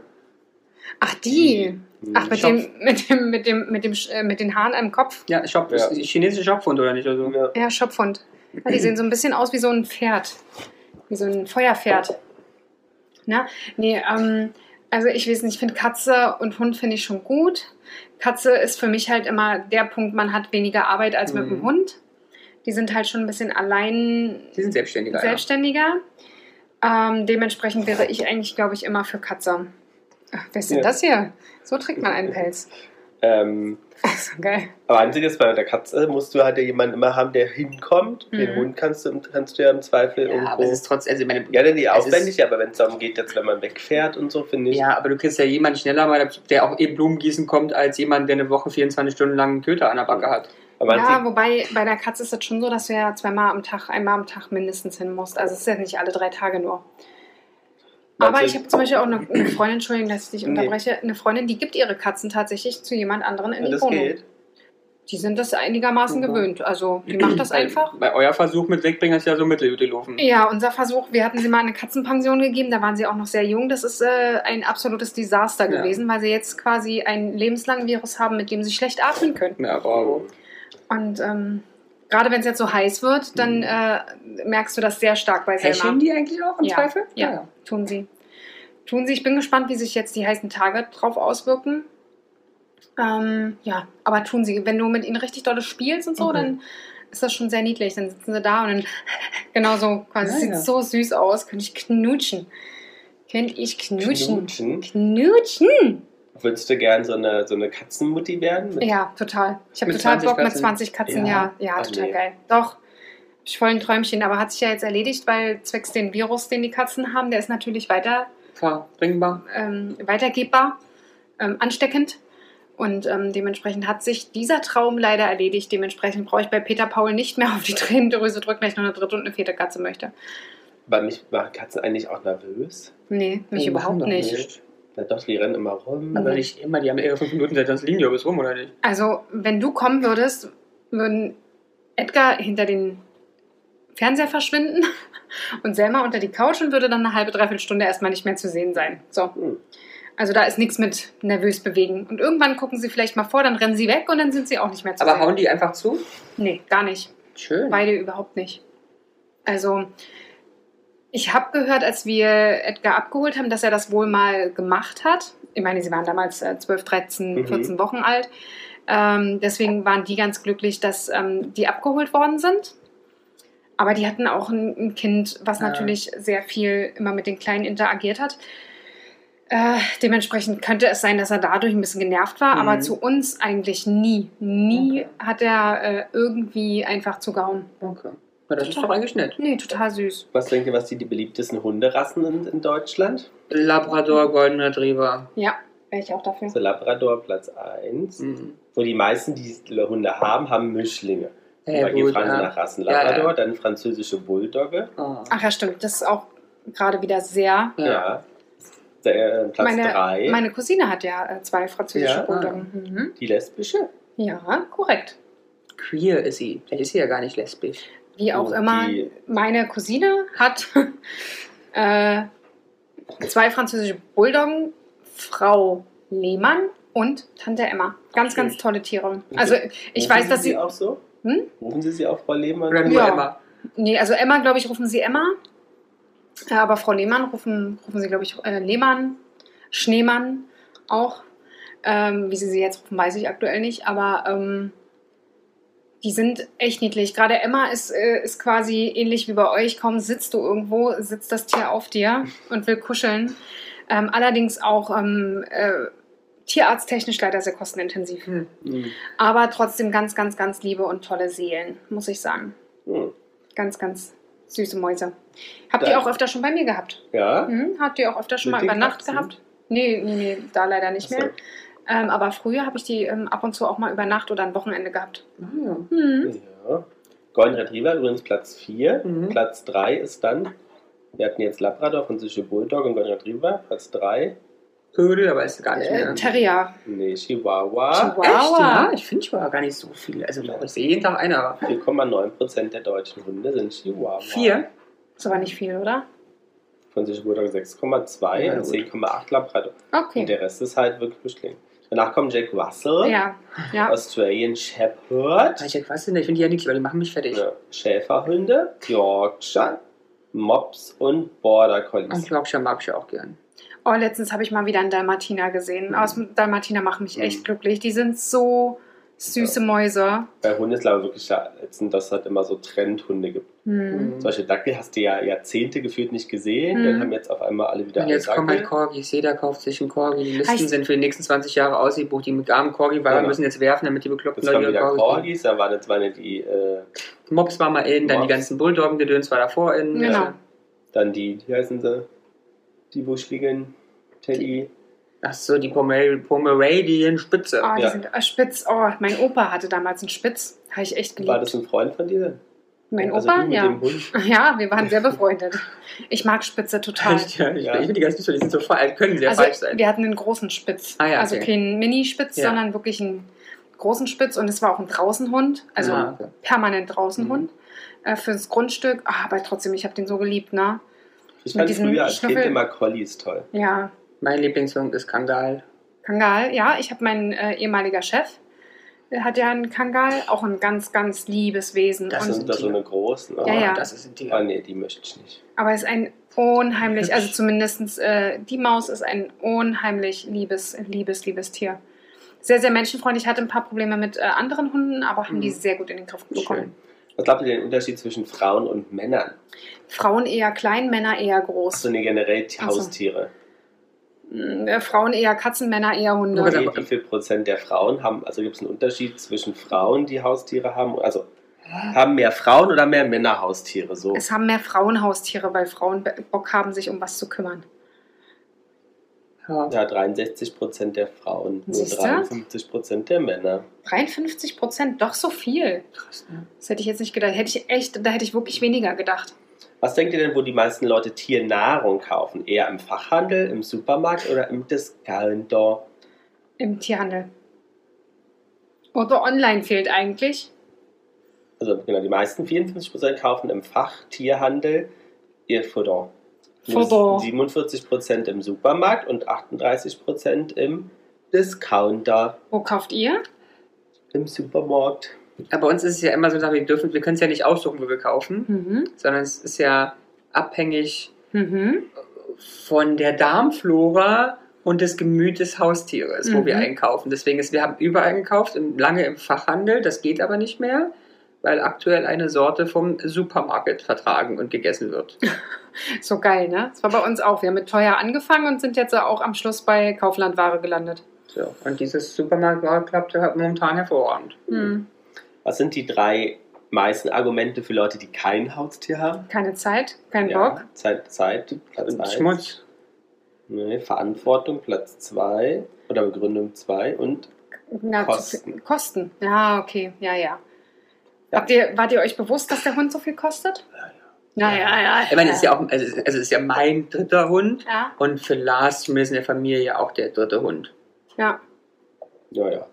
Ach, die. Mhm. Ach, mit Schopf. dem, mit dem, mit dem, mit dem, Sch- äh, mit den Haaren am Kopf. Ja, Shop, Ja. Ist, ist chinesische Shopfund oder nicht? Also, Ja. Ja, Schopfhund. Ja, die sehen so ein bisschen aus wie so ein Pferd. Wie so ein Feuerpferd. Na, nee, ähm, also ich weiß nicht, ich finde Katze und Hund finde ich schon gut. Katze ist für mich halt immer der Punkt, man hat weniger Arbeit als mit Mhm. dem Hund. Die sind halt schon ein bisschen allein die sind selbstständiger. selbstständiger. Ähm, dementsprechend wäre ich eigentlich, glaube ich, immer für Katze. Ach, wer ist denn Ja. das hier? So trägt man einen Pelz. Ähm, Also, geil. aber einzig ist, bei der Katze musst du halt ja jemanden immer haben, der hinkommt. Den Mhm. Hund kannst du, im- kannst du ja im Zweifel Ja, ja irgendwo. aber es ist trotzdem, also ich meine, ja, nee, nee, es aufwendig, ist- aber wenn es darum geht, jetzt wenn man wegfährt und so, finde ich. Ja, aber du kriegst ja jemanden schneller mal, der auch eben Blumen gießen kommt, als jemand, der eine Woche 24 Stunden lang einen Köter an der Backe hat. Aber Ja, einzig, wobei bei der Katze ist das schon so, dass du ja zweimal am Tag, einmal am Tag mindestens hin musst. Also es ist ja nicht alle drei Tage nur. Aber Manche- ich habe zum Beispiel auch eine, eine Freundin, Entschuldigung, dass ich dich Nee. unterbreche, eine Freundin, die gibt ihre Katzen tatsächlich zu jemand anderen in wenn die das Wohnung. geht. Die sind das einigermaßen Mhm. gewöhnt. Also die macht das einfach. Bei, bei euer Versuch mit Wegbringen ist ja so mittelüte laufen. Ja, unser Versuch, wir hatten sie mal in eine Katzenpension gegeben, da waren sie auch noch sehr jung. Das ist äh, ein absolutes Desaster Ja. gewesen, weil sie jetzt quasi ein lebenslangen Virus haben, mit dem sie schlecht atmen können. Ja, bravo. Und ähm, gerade wenn es jetzt so heiß wird, dann äh, merkst du das sehr stark bei Selma. Häschen Mhm. die eigentlich auch im Ja. Zweifel? Ja. Tun sie. Tun sie. Ich bin gespannt, wie sich jetzt die heißen Tage drauf auswirken. Ähm, ja, aber tun sie. Wenn du mit ihnen richtig dolle spielst und so, Mhm. dann ist das schon sehr niedlich. Dann sitzen sie da und dann genau so quasi. Ja, sieht ja. so süß aus. Könnte ich knutschen. Könnte ich knutschen. Knutschen. Knutschen. Würdest du gern so eine, so eine Katzenmutti werden? Mit- Ja, total. Ich habe Mit total 20 Bock mit Katzen. 20 Katzen. Ja, ja, Ach, total nee. geil. Doch. Hab Ich voll ein Träumchen, aber hat sich ja jetzt erledigt, weil zwecks den Virus, den die Katzen haben, der ist natürlich weiter Verbringbar. ähm, weitergebbar, ähm, ansteckend. Und ähm, dementsprechend hat sich dieser Traum leider erledigt. Dementsprechend brauche ich bei Peter Paul nicht mehr auf die Tränendrüse drücken, wenn ich noch eine dritte und eine vierte Katze möchte. Bei mich machen Katzen eigentlich auch nervös. Oh, Nee, mich Die machen überhaupt doch nicht. Na doch, die rennen immer rum. Oh, Aber nicht immer, die haben ihre fünf Minuten seit sonst liegen die bis rum, oder nicht? Also, wenn du kommen würdest, würden Edgar hinter den Fernseher verschwinden und Selma unter die Couch und würde dann eine halbe, dreiviertel Stunde erstmal nicht mehr zu sehen sein. So. Hm. Also da ist nichts mit nervös bewegen. Und irgendwann gucken sie vielleicht mal vor, dann rennen sie weg und dann sind sie auch nicht mehr zu Aber sehen. hauen die einfach zu? Nee, gar nicht. Schön. Beide überhaupt nicht. Also, ich habe gehört, als wir Edgar abgeholt haben, dass er das wohl mal gemacht hat. Ich meine, sie waren damals äh, 12, 13, Mhm. 14 Wochen alt. Ähm, deswegen waren die ganz glücklich, dass ähm, die abgeholt worden sind. Aber die hatten auch ein, ein Kind, was Ja. natürlich sehr viel immer mit den Kleinen interagiert hat. Äh, dementsprechend könnte es sein, dass er dadurch ein bisschen genervt war, Mhm. aber zu uns eigentlich nie. Nie Okay. hat er äh, irgendwie einfach zugehauen. Okay. Na, das ist doch eigentlich nett. Nee, total süß. Was denkt ihr, was die, die beliebtesten Hunderassen in, in Deutschland? Labrador, Golden Retriever. Ja, wäre ich auch dafür. Also Labrador Platz 1. Mhm. Wo die meisten, die diese Hunde haben, haben Mischlinge. Ja, Weil hier gut, fragen sie ja. nach Rassen. Ja, ja. Labrador, dann französische Bulldogge. Ah. Ach ja, stimmt. Das ist auch gerade wieder sehr. Ja. Ja. Der, äh, Platz Meine, 3. meine Cousine hat ja äh, zwei französische Ja, ah. Bulldoggen. Mhm. die lesbische. Ja, korrekt. Queer ist sie. Vielleicht ist sie ja gar nicht lesbisch. Wie auch Und immer. Oh, die- Meine Cousine hat äh, zwei französische Bulldoggen, Frau Lehmann und Tante Emma. Ganz, ganz tolle Tiere. Also ich Rufen weiß, dass sie. sie. auch so? Hm? Rufen sie sie auch Frau Lehmann? Oder nur Ja. Emma. Nee, also Emma, glaube ich, rufen sie Emma. Äh, Aber Frau Lehmann rufen, rufen sie, glaube ich, äh, Lehmann, Schneemann auch. Ähm, wie sie sie jetzt rufen, weiß ich aktuell nicht. Aber ähm, die sind echt niedlich. Gerade Emma ist, äh, ist quasi ähnlich wie bei euch. Kaum sitzt du irgendwo, sitzt das Tier auf dir und will kuscheln. Ähm, allerdings auch ähm, äh, tierarzttechnisch leider sehr kostenintensiv. Hm. Hm. Aber trotzdem ganz, ganz, ganz liebe und tolle Seelen, muss ich sagen. Hm. Ganz, ganz süße Mäuse. Habt ihr Danke. auch öfter schon bei mir gehabt? Ja. Hm? Habt ihr auch öfter schon Mit mal den über Nacht Katzen? gehabt? Nee, nee, nee, da leider nicht Achso. mehr. Ähm, aber früher habe ich die ähm, ab und zu auch mal über Nacht oder ein Wochenende gehabt. Ah, Hm. Ja. Golden Retriever übrigens Platz 4. Mhm. Platz 3 ist dann, wir hatten jetzt Labrador, französische Bulldog und Golden Retriever. Platz 3, Pödel, aber ist gar nicht Äh, mehr. Terrier. nee, Chihuahua. Chihuahua. Echt? Ja, ich finde Chihuahua gar nicht so viel. Also ich sehe jeden Tag einer. 4,9% der deutschen Hunde sind Chihuahua. Vier? Ist aber nicht viel, oder? Französische Bulldogge 6,2 Ja, und gut. 10,8 Labrador. Und Okay. der Rest ist halt wirklich Mischling. Danach kommt Jack Russell, Ja, Also ja. Australian Shepherd, Ich weiß nicht, ich finde die ja nichts, weil die machen mich fertig. ja, Schäferhunde, Yorkshire, Mops und Border Und Collies. Yorkshire mag ich ja auch gern. Oh, letztens habe ich mal wieder einen Dalmatiner Hm. gesehen. Aus dem Dalmatiner machen mich echt Mhm. glücklich. Die sind so süße Mäuse. Bei Hunden ist glaube ich wirklich ätzend, dass es halt immer so Trendhunde gibt. Mhm. Hm. Zum Beispiel Dackel hast du ja Jahrzehnte gefühlt nicht gesehen, Mhm. dann haben jetzt auf einmal alle wieder Und jetzt einen kommen halt Corgis, jeder kauft sich einen Corgi. Die Listen Heißt- sind für die nächsten 20 Jahre ausgebucht, die mit armen Corgi, weil wir Genau. müssen jetzt werfen, damit die bekloppten Jetzt kommen Leute wieder ne? ihre Corgis. Corgis, dann waren jetzt meine die, äh, kriegen. Mops war mal in, dann die Mops. ganzen Bulldoggen-Gedöns war davor in. Genau. Ja. dann die, wie heißen sie? Die Buschligen, Teddy. Ach so, die Pomer Pomeradian Spitze. Oh, die Ja. sind äh, spitz. Oh, mein Opa hatte damals einen Spitz. Habe ich echt geliebt. War das ein Freund von dir? mein also Opa? du mit Ja. Dem Hund? Ja, wir waren sehr befreundet. Ich mag Spitze total. Echt, ja, ich, Ja. ich finde die ganz süß, weil die sind so falsch, können sehr Also, falsch sein. wir hatten einen großen Spitz. Ah ja, Also okay. keinen Mini-Spitz, Ja. sondern wirklich einen großen Spitz. Und es war auch ein Draußenhund, also Ah, okay. permanent Mhm. Draußenhund äh, fürs Grundstück. Ah, aber trotzdem, ich habe den so geliebt, ne? Ich Mit fand diesem früher als Kind Schnuffel- immer Collies toll. Ja, Mein Lieblingshund ist Kangal. Kangal. Ja, ich habe meinen äh, ehemaliger Chef, der hat ja einen Kangal, auch ein ganz, ganz liebes Wesen. Das Das Und, ist- sind da so eine großen. Ja, ja. Oh, Das ist ein Tier. Ah, nee, die möchte ich nicht. aber es ist ein unheimlich, Hübsch. also zumindest äh, die Maus ist ein unheimlich liebes, liebes, liebes Tier. Sehr, sehr menschenfreundlich. Hatte ein paar Probleme mit äh, anderen Hunden, aber haben Mhm. die sehr gut in den Griff bekommen. Schön. Was glaubt ihr den Unterschied zwischen Frauen und Männern? Frauen eher klein, Männer eher groß. Also So eine generell Ach so. Haustiere. Mm, äh, Frauen eher Katzen, Männer eher Hunde. Also- Wie, wie viel Prozent der Frauen haben, also gibt es einen Unterschied zwischen Frauen, die Haustiere haben? Also haben mehr Frauen oder mehr Männer Haustiere? So. Es haben mehr Frauen Haustiere, weil Frauen be- Bock haben, sich um was zu kümmern. Ja. Ja, 63 Prozent der Frauen, nur Siehste? 53 Prozent der Männer. 53 Prozent, doch so viel. Krass, ne? Das hätte ich jetzt nicht gedacht. Hätte ich echt, da hätte ich wirklich weniger gedacht. Was denkt ihr denn, wo die meisten Leute Tiernahrung kaufen? Eher im Fachhandel, im Supermarkt oder im Discounter? Im Tierhandel. Oder online fehlt eigentlich. Also genau, die meisten, 54% kaufen im Fach Tierhandel ihr Futter. Nur Futter. 47% im Supermarkt und 38% im Discounter. Wo kauft ihr? Im Supermarkt. Aber bei uns ist es ja immer so, dass wir, dürfen, wir können es ja nicht aussuchen, wo wir kaufen, Mhm. sondern es ist ja abhängig Mhm. von der Darmflora und des Gemüt des Haustieres, wo Mhm. wir einkaufen. Deswegen ist, wir haben überall gekauft, im, lange im Fachhandel, das geht aber nicht mehr, weil aktuell eine Sorte vom Supermarkt vertragen und gegessen wird. So geil, ne? Das war bei uns auch. Wir haben mit teuer angefangen und sind jetzt auch am Schluss bei Kauflandware gelandet. So. Und dieses Supermarkt klappt ja momentan hervorragend. Mhm. Was sind die drei meisten Argumente für Leute, die kein Haustier haben? Keine Zeit, kein Bock. Zeit, Zeit, Platz Und 1. Schmutz. Nee, Verantwortung, Platz 2. Oder Begründung 2. Und Na, Kosten. Kosten. Kosten. Ja, okay. Ja, ja. Ja. Habt ihr, wart ihr euch bewusst, dass der Hund so viel kostet? Ja, ja. Ja, ja, ja. Ich meine, es ist ja auch, also, es- also es ist ja mein dritter Hund Ja, und für Lars zumindest in der Familie auch der dritte Hund. ja. ja, ja.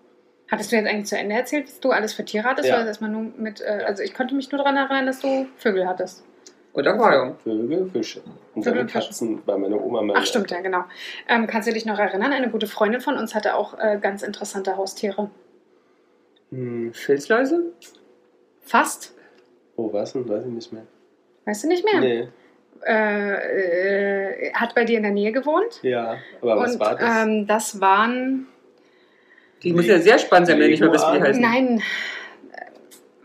Hattest du jetzt eigentlich zu Ende erzählt, was du alles für Tiere hattest? Ja. Oder dass man nur mit, äh, Ja. also ich konnte mich nur daran erinnern, dass du Vögel hattest. Und Aquarium. Vögel, Fische. Und Vögel dann und Fische. Katzen bei meiner Oma. Meine Ach stimmt, ja, genau. Ähm, kannst du dich noch erinnern? Eine gute Freundin von uns hatte auch äh, ganz interessante Haustiere. Hm. Filzläuse? Fast? Oh, was denn? Weiß ich nicht mehr. Weißt du nicht mehr? Nee. Äh, äh, hat bei dir in der Nähe gewohnt. Ja, aber was Und war das? Ähm, das waren Die muss ja sehr spannend sein, wenn ich nicht mehr wissen, wie die heißen. Nein.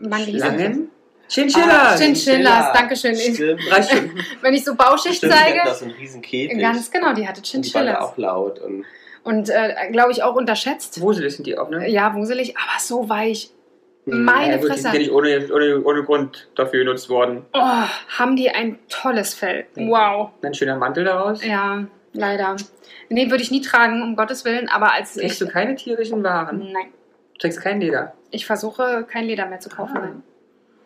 Mann, wie hieß das? Schlangen? Chinchilla! Ah, Chinch- Chinchillas, Dankeschön. Stimmt. Reicht schon. Wenn ich so bauschig Stimmt, die zeige. hatten auch so einen riesen Käfig. Ganz genau, die hatte Und die waren Chinchillas. auch laut. Und Und äh, glaube ich auch unterschätzt. Wuselig sind die auch, ne? Ja, wuselig, aber so weich. Hm, Meine gut, Die Fresse. sind ja nicht ohne, ohne, ohne Grund dafür genutzt worden. Oh, haben die ein tolles Fell. Mhm. Wow. Ein schöner Mantel daraus. Ja, leider. Nee, würde ich nie tragen, um Gottes Willen, aber als Trägst ich. du keine tierischen Waren? Nein. Du trägst kein Leder. Ich versuche, kein Leder mehr zu kaufen. Ah. nein. Ah.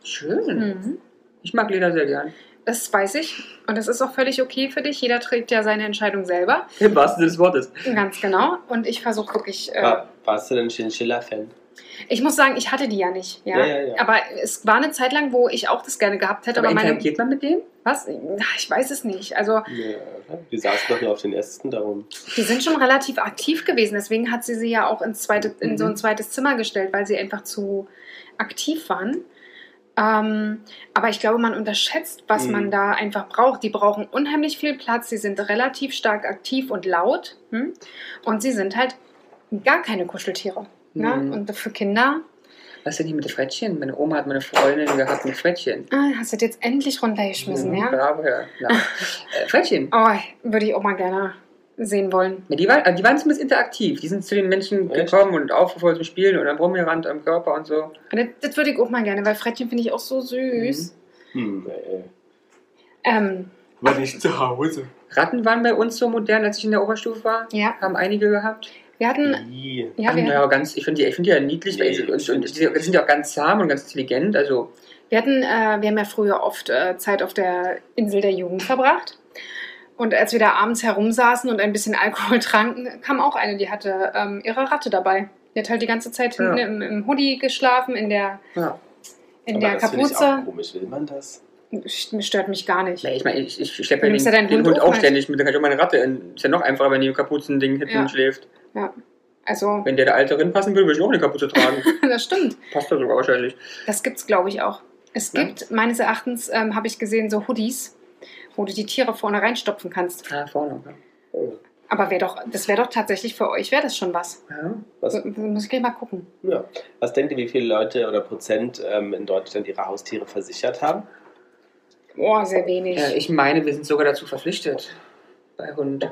Schön. Mhm. Ich mag Leder sehr gern. Das weiß ich. Und das ist auch völlig okay für dich. Jeder trägt ja seine Entscheidung selber. Im wahrsten Sinne des Wortes. Ganz genau. Und ich versuche wirklich. Äh, war, warst du denn Chinchilla-Fan? Ich muss sagen, ich hatte die ja nicht. Ja? Ja, ja, ja. Aber es war eine Zeit lang, wo ich auch das gerne gehabt hätte. Aber Aber, meine. interagiert man mit denen? Was? Na, Ich weiß es nicht. Also, Ja, oder? die saßen doch nur auf den Ästen darum. die sind schon relativ aktiv gewesen. Deswegen hat sie sie ja auch ins zweite, in so ein zweites Zimmer gestellt, weil sie einfach zu aktiv waren. Ähm, aber ich glaube, man unterschätzt, was Mhm. man da einfach braucht. Die brauchen unheimlich viel Platz. Sie sind relativ stark aktiv und laut. Hm? Und sie sind halt gar keine Kuscheltiere. Mhm. Ne? Und für Kinder Was denn hier mit den Frettchen? Meine Oma hat meine Freundin gehabt mit Frettchen. Ah, hast du das jetzt endlich runtergeschmissen, Mhm, ja? Bravo, ja. ja. äh, Frettchen. Oh, würde ich auch mal gerne sehen wollen. Ja, die, waren, die waren zumindest interaktiv. Die sind zu den Menschen Echt? gekommen und aufgefolgt zum Spielen oder am Rumgerannt am Körper und so. Das, das würde ich auch mal gerne, weil Frettchen finde ich auch so süß. Hm, ey. Ähm, War nicht zu Hause. Ratten waren bei uns so modern, als ich in der Oberstufe war. ja, Haben einige gehabt. wir hatten. I. Ja, wir, ja, ganz, ich finde die, ich find die ja niedlich Nee, weil ich sie, und, find- und die sind ja auch ganz zahm und ganz intelligent. Also, wir hatten, äh, wir haben ja früher oft äh, Zeit auf der Insel der Jugend verbracht. Und als wir da abends herumsaßen und ein bisschen Alkohol tranken, kam auch eine, die hatte ähm, ihre Ratte dabei. Die hat halt die ganze Zeit Ja. hinten im, im Hoodie geschlafen, in der, ja. in Aber der das finde ich auch Kapuze. komisch, will man das? Stört mich gar nicht. Nee, ich meine, ich, ich schleppe Du ja den, nimmst ja den, deinen Hund Hund auch auch mit. ständig mit. Da kann ich auch meine Ratte in. Ist ja noch einfacher, wenn die im Kapuzending hinten Ja. schläft. Also, Wenn der der Alte reinpassen würde, würde ich auch eine Kapuze tragen. das stimmt. Passt doch sogar wahrscheinlich. Das gibt's, glaube ich, auch. Es Ja. gibt, meines Erachtens, ähm, habe ich gesehen, so Hoodies, wo du die Tiere vorne reinstopfen kannst. Ah, vorne. Äh, Aber wär doch, das wäre doch tatsächlich für euch, wäre das schon was. Ja. Was, W- w- Muss ich gleich mal gucken. ja. Was denkt ihr, wie viele Leute oder Prozent ähm, in Deutschland ihre Haustiere versichert haben? Boah, sehr wenig. Ja, ich meine, wir sind sogar dazu verpflichtet. Bei Hund.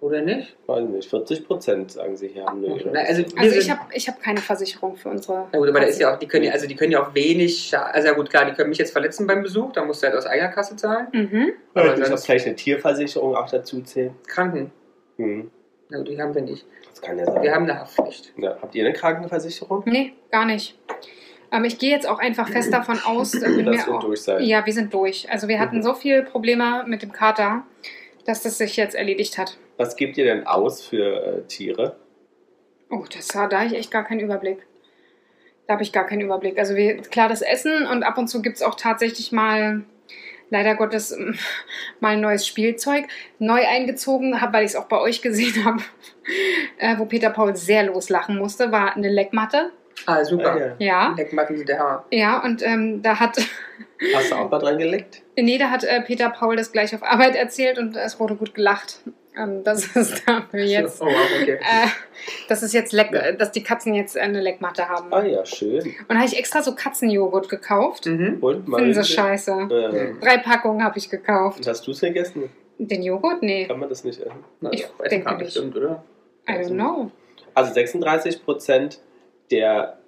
Oder nicht? Weiß nicht, 40 Prozent sagen sie hier haben nur ihre Na, also- Haustiere. also wir ich sind- Oh. habe ich hab keine Versicherung für unsere. Na gut, aber da ist ja auch, die können ja, also die können ja auch wenig, scha- also ja gut, klar, die können mich jetzt verletzen beim Besuch, da musst du halt aus eigener Kasse zahlen. Mhm. Aber Aber ich glaube, sonst vielleicht eine Tierversicherung auch dazu zählen. Kranken. Hm. Na gut, die haben wir nicht. Das kann ja sein. Wir haben eine Haftpflicht. ja. Habt ihr eine Krankenversicherung? Nee, gar nicht. Aber ich gehe jetzt auch einfach fest davon aus, dass Das wir wird auch, durch sein. Ja, wir sind durch. Also wir hatten Mhm. so viele Probleme mit dem Kater, dass das sich jetzt erledigt hat. Was gebt ihr denn aus für äh, Tiere? Oh, das, da habe ich echt gar keinen Überblick. Da habe ich gar keinen Überblick. Also wir, klar, das Essen und ab und zu gibt es auch tatsächlich mal, leider Gottes, ähm, mal ein neues Spielzeug. Neu eingezogen, hab, weil ich es auch bei euch gesehen habe, äh, wo Peter Paul sehr loslachen musste, war eine Leckmatte. Ah, super. Ah, Ja, Leckmatten sind der Hammer. ja, und ähm, da hat, ja. Hast du auch mal dran geleckt? nee, da hat äh, Peter Paul das gleich auf Arbeit erzählt und es wurde gut gelacht. Ähm, das ist dafür jetzt. So, oh, wow, okay. Äh, das ist jetzt Leck, äh, dass die Katzen jetzt äh, eine Leckmatte haben. Ah ja, schön. Und habe ich extra so Katzenjoghurt gekauft. Mhm. Finden Und sie Marilke? scheiße. Äh, Drei Packungen habe ich gekauft. hast du es gegessen? Den Joghurt? Nee. Kann man das nicht essen? Na, Ich doch, weiß denke gar nicht. Stimmt, oder? I don't know. Also 36 Prozent der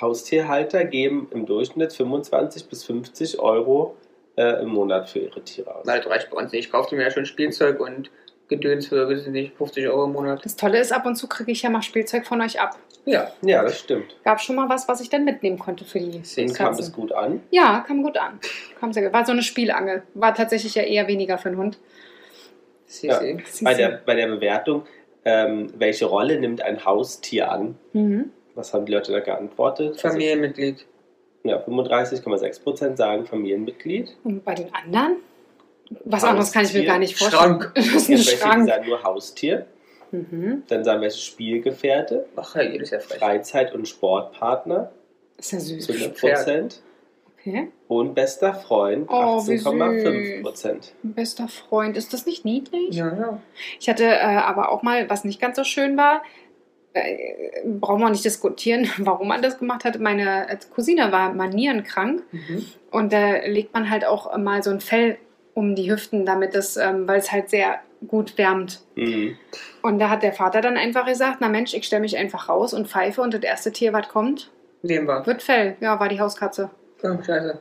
Haustierhalter geben im Durchschnitt 25 bis 50 Euro äh, im Monat für ihre Tiere aus. Na, das reicht bei uns nicht. Ich kaufte mir ja schon Spielzeug und Gedöns für, weiß ich nicht, 50 Euro im Monat. Das Tolle ist, ab und zu kriege ich ja mal Spielzeug von euch ab. Ja. Ja, das stimmt. Gab schon mal was, was ich dann mitnehmen konnte für die Deswegen kam es Katzen. gut an. Ja, kam gut an. Kam sehr gut. War so eine Spielangel. War tatsächlich ja eher weniger für den Hund. Sisi. Bei der, bei der Bewertung, ähm, welche Rolle nimmt ein Haustier an? Mhm. Was haben die Leute da geantwortet? Familienmitglied. Also, ja, 35,6 Prozent sagen Familienmitglied. Und bei den anderen? Was anderes kann ich mir Haustier, gar nicht vorstellen. Schrank. Das ist ein Jetzt welche, die Schrank. sagen nur Haustier. Mhm. Dann sagen welche Spielgefährte, Ach, ja, jedes Jahr frech. Freizeit- und Sportpartner. Ist ja süß. 5 Okay. und bester Freund Oh, wie 18,5 Prozent. Bester Freund. Ist das nicht niedlich? Ja, ja. Ich hatte äh, aber auch mal, was nicht ganz so schön war, äh, brauchen wir nicht diskutieren, warum man das gemacht hat. Meine äh, Cousine war manierenkrank Mhm. und da legt man halt auch mal so ein Fell um die Hüften, damit es, ähm, weil es halt sehr gut wärmt. Mhm. Und da hat der Vater dann einfach gesagt, na Mensch, ich stelle mich einfach raus und pfeife und das erste Tier, was kommt, Nehmen wir. wird Fell. Ja, war die Hauskatze. Oh, scheiße.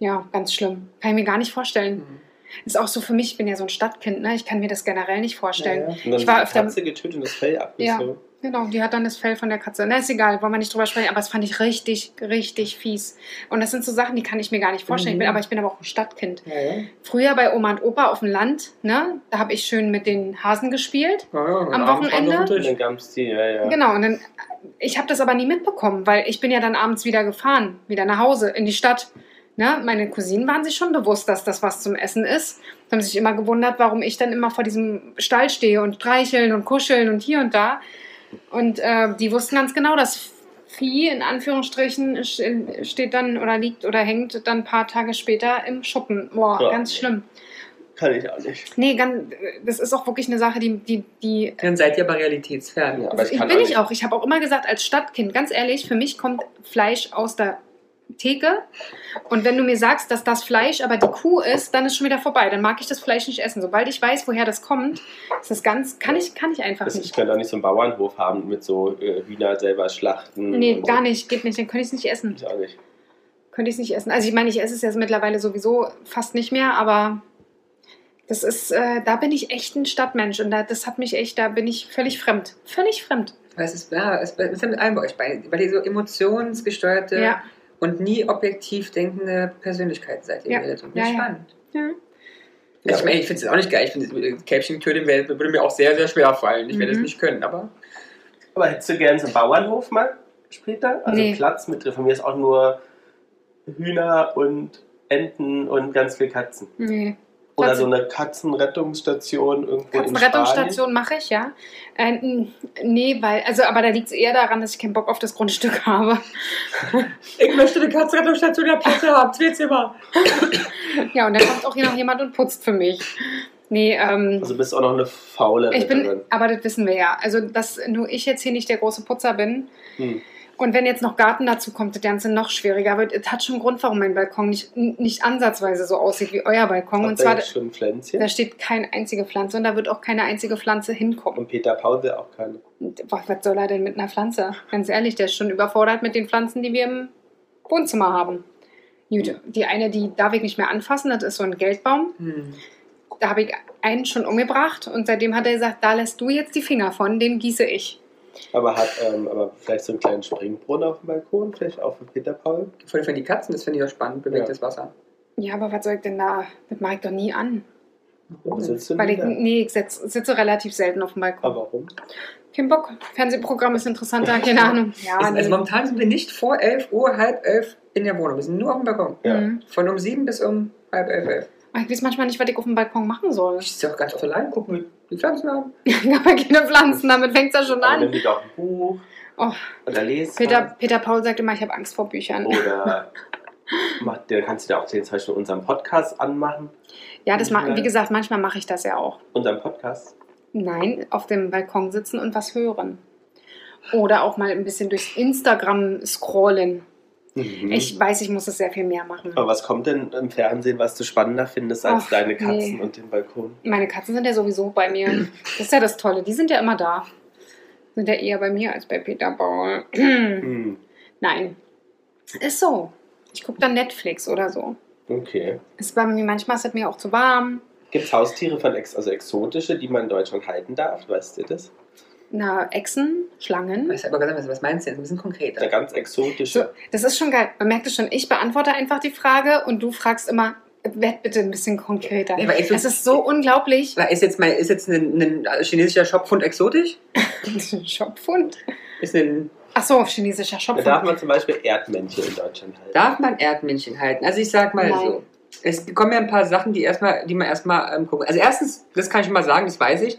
Ja, ganz schlimm. Kann ich mir gar nicht vorstellen. Mhm. Ist auch so für mich, ich bin ja so ein Stadtkind, ne? Ich kann mir das generell nicht vorstellen. Ja, ja. Und dann Ich war die öfter- Katze getötet und das Fell Ja. abgezogen. Genau, die hat dann das Fell von der Katze. Na, ist egal, wollen wir nicht drüber sprechen, aber das fand ich richtig, richtig fies. Und das sind so Sachen, die kann ich mir gar nicht vorstellen. Ich bin, Mhm. aber ich bin aber auch ein Stadtkind. Ja, ja. Früher bei Oma und Opa auf dem Land, ne, da habe ich schön mit den Hasen gespielt. Ja, ja, und Am abends waren Wochenende? wir Und dann unterwegs. gab's die, ja, ja. Genau, und dann, ich habe das aber nie mitbekommen, weil ich bin ja dann abends wieder gefahren, wieder nach Hause, in die Stadt. Ne? Meine Cousinen waren sich schon bewusst, dass das was zum Essen ist. Da haben sie sich immer gewundert, warum ich dann immer vor diesem Stall stehe und streicheln und kuscheln und hier und da. Und äh, die wussten ganz genau, dass Vieh in Anführungsstrichen sch- äh, steht dann oder liegt oder hängt dann ein paar Tage später im Schuppen. Boah, Ja. ganz schlimm. Kann ich auch nicht. Nee, ganz, äh, das ist auch wirklich eine Sache, die, die, die Dann seid ihr aber realitätsfern. Ja, aber das Also ich ich kann bin auch ich nicht. auch. Ich habe auch immer gesagt, als Stadtkind, ganz ehrlich, für mich kommt Fleisch aus der Theke. Und wenn du mir sagst, dass das Fleisch aber die Kuh ist, dann ist schon wieder vorbei. Dann mag ich das Fleisch nicht essen. Sobald ich weiß, woher das kommt, ist das ganz, kann ich, kann ich einfach Das, ich nicht. könnte auch nicht so einen Bauernhof haben mit so äh, Hühner selber schlachten. Nee, und so. gar nicht, geht nicht. Dann könnte ich es nicht essen. Ich auch nicht. Könnte ich es nicht essen. Also ich meine, ich esse es jetzt mittlerweile sowieso fast nicht mehr, aber das ist, äh, da bin ich echt ein Stadtmensch und da, das hat mich echt, da bin ich völlig fremd. Völlig fremd. Aber Es ist, ja, es ist ja mit allem bei euch beiden, weil ihr so emotionsgesteuerte Ja. und nie objektiv denkende Persönlichkeiten seid. Ihr Ja. werdet und Ja, ja, ja. spannend. ja. Also ich meine, ich finde es auch nicht geil. Ich finde, Käppchen töten wär- würde mir auch sehr, sehr schwer fallen. Ich werde es Mhm. nicht können, aber Aber hättest du gern so einen Bauernhof mal später? Also Nee. Platz mit drin. Von mir ist auch nur Hühner und Enten und ganz viel Katzen. Nee. Oder Platz- so eine Katzenrettungsstation irgendwo in Spanien. Katzenrettungsstation mache ich, ja. Äh, n- nee, weil, also, aber da liegt es eher daran, dass ich keinen Bock auf das Grundstück habe. ich möchte eine Katzenrettungsstation der Platte haben. Zwei Zimmer. Ja, und dann kommt auch hier noch jemand und putzt für mich. Nee, ähm, Also bist auch noch eine faule ich bin, Ritterin. aber das wissen wir ja. Also, dass nur ich jetzt hier nicht der große Putzer bin. Hm. Und wenn jetzt noch Garten dazu kommt, das Ganze noch schwieriger. Aber es hat schon einen Grund, warum mein Balkon nicht, n- nicht ansatzweise so aussieht wie euer Balkon. Habt Und ihr zwar, jetzt schon Pflänzchen? da steht keine einzige Pflanze und da wird auch keine einzige Pflanze hinkommen. Und Peter Paul will auch keine. Boah, was soll er denn mit einer Pflanze? Ganz ehrlich, der ist schon überfordert mit den Pflanzen, die wir im Wohnzimmer haben. Gut, die eine, die darf ich nicht mehr anfassen, das ist so ein Geldbaum. Hm. Da habe ich einen schon umgebracht und seitdem hat er gesagt, da lässt du jetzt die Finger von, den gieße ich. Aber hat ähm, aber vielleicht so einen kleinen Springbrunnen auf dem Balkon, vielleicht auch für Peter Paul. Vor allem für die Katzen, das finde ich auch spannend, bewegtes Ja. Wasser. Ja, aber was soll ich denn da? Das mache ich doch nie an. Warum sitzt du Hm, Weil ich, Hm. denn da? nee, ich setz, sitze relativ selten auf dem Balkon. Aber warum? Kein Bock. Fernsehprogramm ist interessanter, keine Ahnung. Ja, Also Ah, nee. momentan sind wir nicht vor 11 Uhr, halb elf in der Wohnung. Wir sind nur auf dem Balkon. Ja. Mhm. Von um sieben bis um halb elf, elf. Aber Ich weiß manchmal nicht, was ich auf dem Balkon machen soll. Ich sitze auch ganz oft allein, guck mir die Pflanzen an. Ich habe ja keine Pflanzen, damit fängt es ja schon Aber nimm an. dir doch ein Buch Oh. oder lese. Peter, Peter Paul sagt immer, ich habe Angst vor Oh, Büchern. Oder mach, dann kannst du dir auch den zum Beispiel unseren Podcast anmachen. ja, das ma Ja. wie gesagt, manchmal mache ich das ja auch. Unseren Podcast. Nein, auf dem Balkon sitzen und was hören. Oder auch mal ein bisschen durchs Instagram scrollen. Mhm. Oh. Ich weiß, ich muss das sehr viel mehr machen. Aber was kommt denn im Fernsehen, was du spannender findest als Ach, deine Katzen nee. und den Balkon? Meine Katzen sind ja sowieso bei mir. Das ist ja das Tolle. Die sind ja immer da. Sind ja eher bei mir als bei Peter Paul. Hm, Nein. Ist so. Ich gucke dann Netflix oder so. Okay. Ist bei mir, manchmal ist es mir auch zu warm. Gibt es Haustiere von ex also exotische, die man in Deutschland halten darf? Weißt du das? Na, Echsen, Schlangen. Ich aber gesagt, was meinst du jetzt? Ein bisschen konkreter. Ja, ganz exotische. So, das ist schon geil. Man merkt es schon, ich beantworte einfach die Frage und du fragst immer, werd bitte ein bisschen konkreter. Nee, weil ich so- Es ist so unglaublich. Na, Ist jetzt, mal, ist jetzt ein, ein chinesischer Schopfhund exotisch? Schopfhund. Ist ein, Ach so, chinesischer Da darf Schopfhund. man zum Beispiel Erdmännchen in Deutschland halten. darf man Erdmännchen halten? Also ich sag mal Nein. so. Es kommen ja ein paar Sachen, die, erstmal, die man erstmal ähm, gucken. Also erstens, das kann ich schon mal sagen, das weiß ich.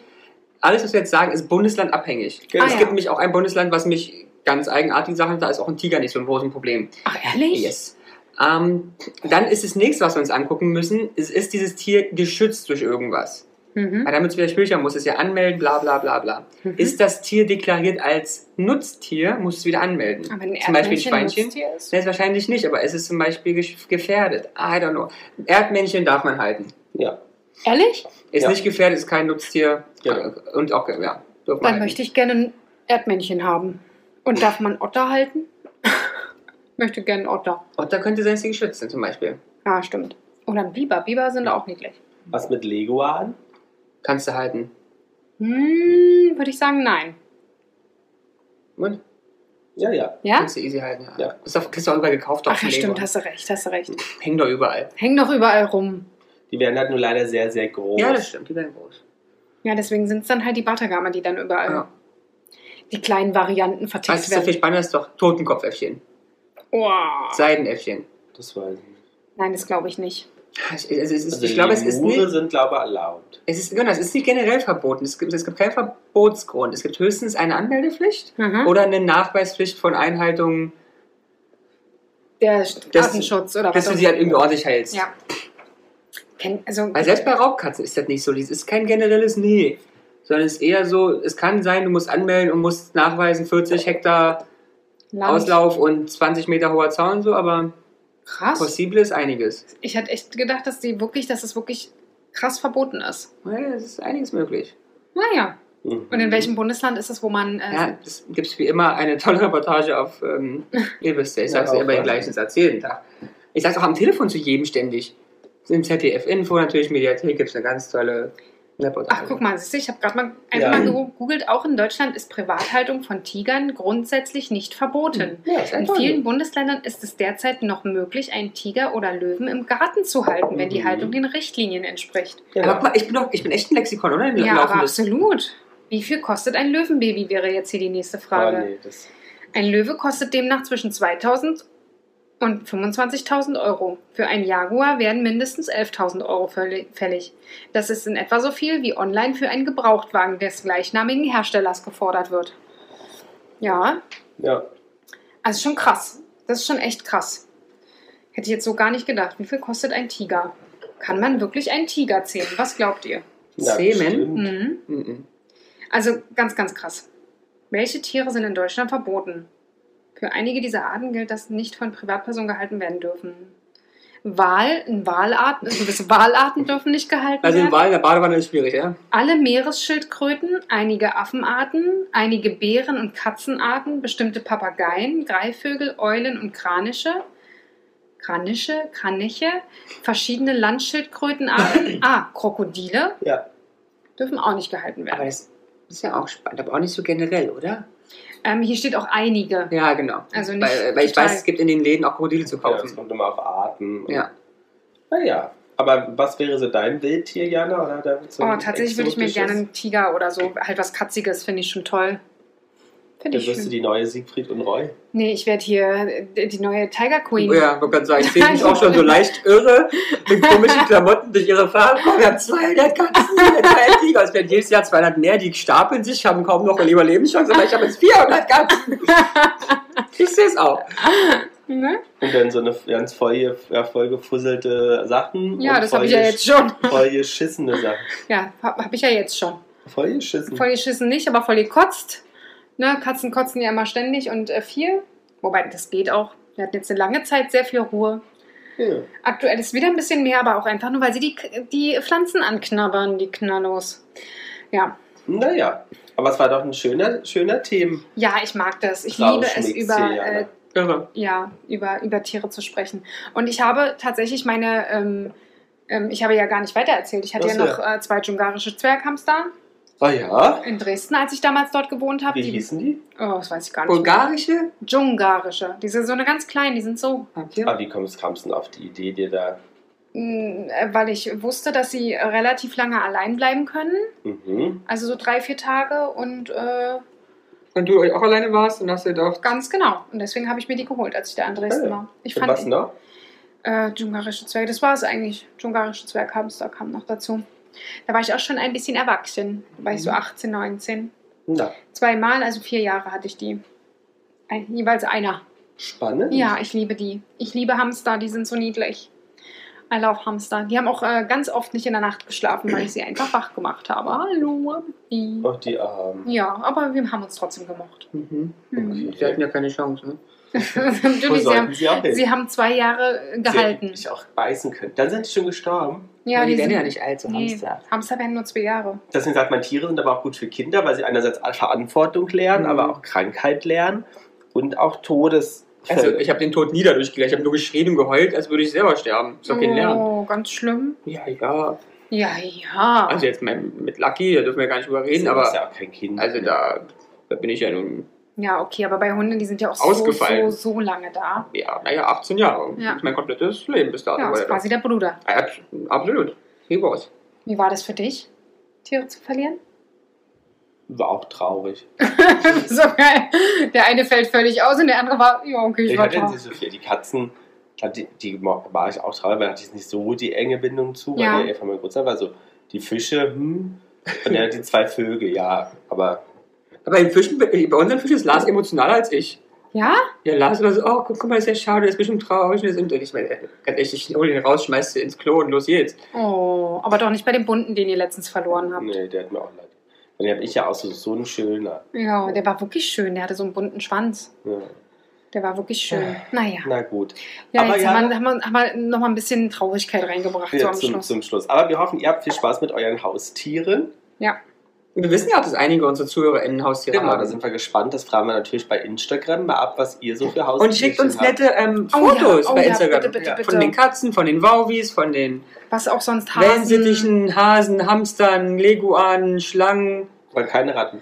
Alles, was wir jetzt sagen, ist bundeslandabhängig. Genau. Ah, es ja. gibt nämlich auch ein Bundesland, was mich ganz eigenartige Sachen, da ist auch ein Tiger nicht so ein großes Problem. Ach, ehrlich? Yes. Ähm, dann ist das nächste, was wir uns angucken müssen, ist, ist dieses Tier geschützt durch irgendwas? Mhm. Weil damit es wieder spielbar muss, es ja anmelden, bla bla bla bla. Ist das Tier deklariert als Nutztier, muss es wieder anmelden. Aber ein zum Beispiel Erdmännchen Schweinchen? Nutztier ist? Das ist wahrscheinlich nicht, aber es ist zum Beispiel gesch- gefährdet. I don't know. Erdmännchen darf man halten. Ja. Ehrlich? Ist Ja. nicht gefährdet, ist kein Nutztier. Genau. Und auch, ja, darf Dann möchte ich gerne ein Erdmännchen haben. Und darf man Otter halten? möchte gerne einen Otter. Und da könnte sein, dass sie geschützt sind zum Beispiel. Ja, stimmt. Oder ein Biber. Biber sind auch niedlich. Was mit Leguan? Kannst du halten. Hm, würde ich sagen, nein. Und? Ja, ja. Ja? Kannst du easy halten, ja. Ja. Ist doch, kriegst du auch überall gekauft auf Ach ja, dem stimmt, Lager. hast du recht, hast du recht. Hängen doch überall. Hängen doch überall rum. Die werden halt nur leider sehr, sehr groß. Ja, das stimmt, die werden groß. Ja, deswegen sind es dann halt die Batagame, die dann überall Ja. die kleinen Varianten Was vertickt ist da viel werden. spannender? Ist doch Totenkopfäffchen. Wow. Seidenäffchen. Das weiß ich nicht. Nein, das glaube ich nicht. Es ist, es ist, Also ich glaube, die es ist Mure nicht. sind, glaube ich, erlaubt. Es ist, genau, es ist nicht generell verboten. Es gibt, es gibt keinen Verbotsgrund. Es gibt höchstens eine Anmeldepflicht Mhm. oder eine Nachweispflicht von Einhaltung, Der Datenschutz oder dass was du auch sie halt irgendwie ordentlich hältst. Ja. Kenn- Also, Weil selbst bei Raubkatzen ist das nicht so. Es ist kein generelles Nee. Sondern es ist eher so, es kann sein, du musst anmelden und musst nachweisen, 40 Hektar Land. Auslauf und 20 Meter hoher Zaun und so, aber Krass. possible ist einiges. Ich hätte echt gedacht, dass die wirklich, dass es wirklich krass verboten ist. Naja, es ist einiges möglich. Naja. Mhm. Und in welchem Bundesland ist es, wo man. Äh, Ja, es gibt wie immer eine tolle Reportage auf ähm, Ilveste. Ich sag's Ja, ja, immer auch, den ja. gleichen Satz jeden Tag. Ich sag's auch am Telefon zu jedem ständig. Im ZDF-Info, natürlich Mediathek, gibt's eine ganz tolle Reportage. Ach, guck mal, siehst du, ich habe gerade mal einfach Ja. mal gegoogelt. Auch in Deutschland ist Privathaltung von Tigern grundsätzlich nicht verboten. Ja, ist In einfach vielen so. Bundesländern ist es derzeit noch möglich, einen Tiger oder Löwen im Garten zu halten, wenn die Mhm. Haltung den Richtlinien entspricht. Genau. Aber guck mal, ich bin, doch, ich bin echt ein Lexikon, oder? Im Ja, aber Laufendes. absolut. Wie viel kostet ein Löwenbaby, wäre jetzt hier die nächste Aber Frage. nee, das, Ein Löwe kostet demnach zwischen 2000 und 25.000 Euro. Für einen Jaguar werden mindestens 11.000 Euro fälli- fällig. Das ist in etwa so viel, wie online für einen Gebrauchtwagen des gleichnamigen Herstellers gefordert wird. Ja, ja. also schon krass. Das ist schon echt krass. Hätte ich jetzt so gar nicht gedacht. Wie viel kostet ein Tiger? Kann man wirklich einen Tiger zählen? Was glaubt ihr? Ja, Zähmen? bestimmt. Mhm. Mhm. Also ganz, ganz krass. Welche Tiere sind in Deutschland verboten? Für einige dieser Arten gilt, dass nicht von Privatpersonen gehalten werden dürfen. Wal, in Walarten, also gewisse Walarten dürfen nicht gehalten Also im werden. Wahl in der Badewanne ist schwierig, ja? Alle Meeresschildkröten, einige Affenarten, einige Bären- und Katzenarten, bestimmte Papageien, Greifvögel, Eulen und Kranische, Kranische, Kraniche, verschiedene Landschildkrötenarten, ah, Krokodile Ja. dürfen auch nicht gehalten werden. Aber das ist ja auch spannend, aber auch nicht so generell, oder? Ähm, hier steht auch einige. Ja, genau. Also nicht weil, weil ich total. weiß, es gibt in den Läden auch Krokodile zu ja, das kaufen. kommt immer auf Arten. und- Ja. Naja. Aber was wäre so dein Wildtier, Jana? Oder da so Oh, ein tatsächlich würde ich mir exotisches? gerne einen Tiger oder so, halt was Katziges, finde ich schon toll. Finde Dann ich wirst du schön. die neue Siegfried und Roy. Nee, ich werde hier äh, die neue Tiger Queen. Ja, man kann sagen, ich sehe mich auch schon so leicht irre mit komischen Klamotten durch ihre Farben. Oh, wir haben 200 Katzen, wir haben 200 Tiger. Es werden jedes Jahr 200 mehr, die stapeln sich, haben kaum noch eine Überlebenschance, aber ich habe jetzt 400 Katzen. Ich sehe es auch. Ne? Und dann so eine ganz voll, ja, vollgefusselte Sachen. Ja, und das voll habe ich ja gesch- jetzt schon. Voll geschissene Sachen. Ja, habe hab ich ja jetzt schon. Voll geschissen. Voll geschissen nicht, aber voll gekotzt. Ne, Katzen kotzen ja immer ständig und äh, viel. Wobei, das geht auch. Wir hatten jetzt eine lange Zeit sehr viel Ruhe. ja. Aktuell ist wieder ein bisschen mehr, aber auch einfach nur, weil sie die, die Pflanzen anknabbern, die Knallos. Ja, Naja. Aber es war doch ein schöner, schöner Themen. ja, ich mag das. Ich Raus liebe es, schlägt's über hier, ja, äh, ne? Irre. ja, über, über Tiere zu sprechen. Und ich habe tatsächlich meine, ähm, ähm, ich habe ja gar nicht weitererzählt. Ich hatte ja Ach so, noch äh, zwei dschungarische Zwerghamster Ah ja. in Dresden, als ich damals dort gewohnt habe. Wie Die- hießen die? Oh, das weiß ich gar nicht. mehr. Bulgarische? Dschungarische. Die sind so eine ganz kleinen, die sind so. Ah, wie kommst, kamst du denn auf die Idee, dir da. mh, äh, Weil ich wusste, dass sie relativ lange allein bleiben können. Mhm. Also so drei, vier Tage und äh, Und du auch alleine warst und hast gedacht, ganz genau. Und deswegen habe ich mir die geholt, als ich da in Dresden Ah, ja. war. Ich Und was noch? Äh, dschungarische Zwerge, das war es eigentlich. Dschungarische Zwerghamster kam noch dazu. Da war ich auch schon ein bisschen erwachsen. Da war ich so Mhm. 18, 19. Na, Zweimal, also vier Jahre hatte ich die. Ein, jeweils einer. spannend. Ja, ich liebe die. Ich liebe Hamster, die sind so niedlich. I love Hamster. Die haben auch äh, ganz oft nicht in der Nacht geschlafen, weil ich sie einfach wach gemacht habe. Hallo, Abi. Oh, die Armen. Ja, aber wir haben uns trotzdem gemocht. mhm. Hm. sie hatten ja keine Chance. Ne? Wo Natürlich, sie, sollten haben, sie auch hin? sie haben zwei Jahre gehalten. Ich auch beißen können. Dann sind die schon gestorben. Ja, die, die werden sind, ja nicht alt, so nee, Hamster. Hamster werden nur zwei Jahre. Deswegen sagt man, Tiere sind aber auch gut für Kinder, weil sie einerseits Verantwortung lernen, Mhm. aber auch Krankheit lernen und auch Todes. Also, ich habe den Tod nie dadurch gelernt. Ich habe nur geschrien und geheult, als würde ich selber sterben. Ist doch kein Lernen. Oh, ganz schlimm. Ja, ja. Ja, ja. Also, jetzt mein, mit Lucky, da dürfen wir gar nicht drüber Das reden, ist aber. ja auch kein Kind. Also da, da bin ich ja nun Ja, okay, aber bei Hunden, die sind ja auch so, so, Ausgefallen. so lange da. Ja, naja, 18 Jahre. Ja. Das ist mein komplettes Leben bis dato. Ja, war ist der quasi der Bruder. da. Abs- Absolut. He was. Wie war das für dich, Tiere zu verlieren? War auch traurig. so geil. Der eine fällt völlig aus und der andere war, ja, okay, ich Ich war hatte jetzt drauf. nicht so viel. Die Katzen, klar, die, die war ich auch traurig, weil hatte ich nicht so die enge Bindung zu, weil Ja. der eher von meinem Geburtstag war. So die Fische, hm. Und dann die zwei Vögel, ja. Aber Aber im Fischen, bei unseren Fischen ist Lars emotionaler als ich. Ja? Ja, Lars war so, oh, guck, guck mal, ist ja schade, der ist bestimmt traurig. Und ich meine, äh, ganz ehrlich, ich hol den raus, schmeiß den ins Klo und los geht's. Oh, aber doch nicht bei dem bunten, den ihr letztens verloren habt. nee, der hat mir auch leid. Und den habe ich ja auch so, so einen schöner. Ja, der war wirklich schön. Der hatte so einen bunten Schwanz. Ja. Der war wirklich schön. Naja. Na gut. Ja, Aber jetzt ja. haben wir, haben wir, haben wir nochmal ein bisschen Traurigkeit reingebracht, so Ja, am zum, Schluss. zum Schluss. Aber wir hoffen, ihr habt viel Spaß mit euren Haustieren. Und wir wissen ja, dass einige unserer ZuhörerInnen Haustiere Genau, da also haben. sind wir gespannt. Das fragen wir natürlich bei Instagram mal ab, was ihr so für Haustiere Und schickt uns habt. nette ähm, Oh ja, Fotos oh bei ja, Instagram. bitte, bitte, Ja. bitte. Von den Katzen, von den Wauwis, von den Was auch sonst Hasen. Wellensittichen, Hasen, Hamstern, Leguanen, Schlangen. Weil keine Ratten.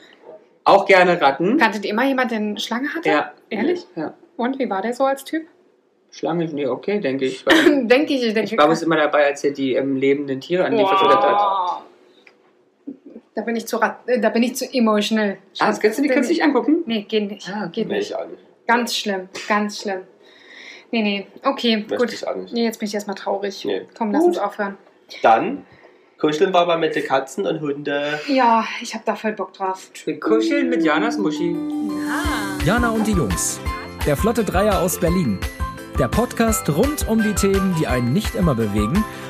Auch gerne Ratten. Kanntet ihr mal jemanden, der eine Schlange hatte? Ja. Ehrlich? ja. Und wie war der so als Typ? Schlange ist nee, okay, denke ich. Weil denke ich, ich denke. ich war uns immer dabei, als er die ähm, lebenden Tiere an die verfüttert hat. Boah. Da bin ich zu rat äh, da bin ich zu emotional. Ah, das kannst du, die kannst du nicht angucken? Nee, geht nicht. Ah, okay. geht Nee, nicht. ich auch nicht. Ganz schlimm, ganz schlimm. Nee, nee. Okay, Möchte gut. ich auch nicht. Nee, jetzt bin ich erstmal traurig. Nee. Komm, lass Gut. uns aufhören. Dann kuscheln wir mal mit den Katzen und Hunden. Ja, ich habe da voll Bock drauf. Wir kuscheln mit Janas Muschi. Ja. Jana und die Jungs. Der Flotte Dreier aus Berlin. Der Podcast rund um die Themen, die einen nicht immer bewegen,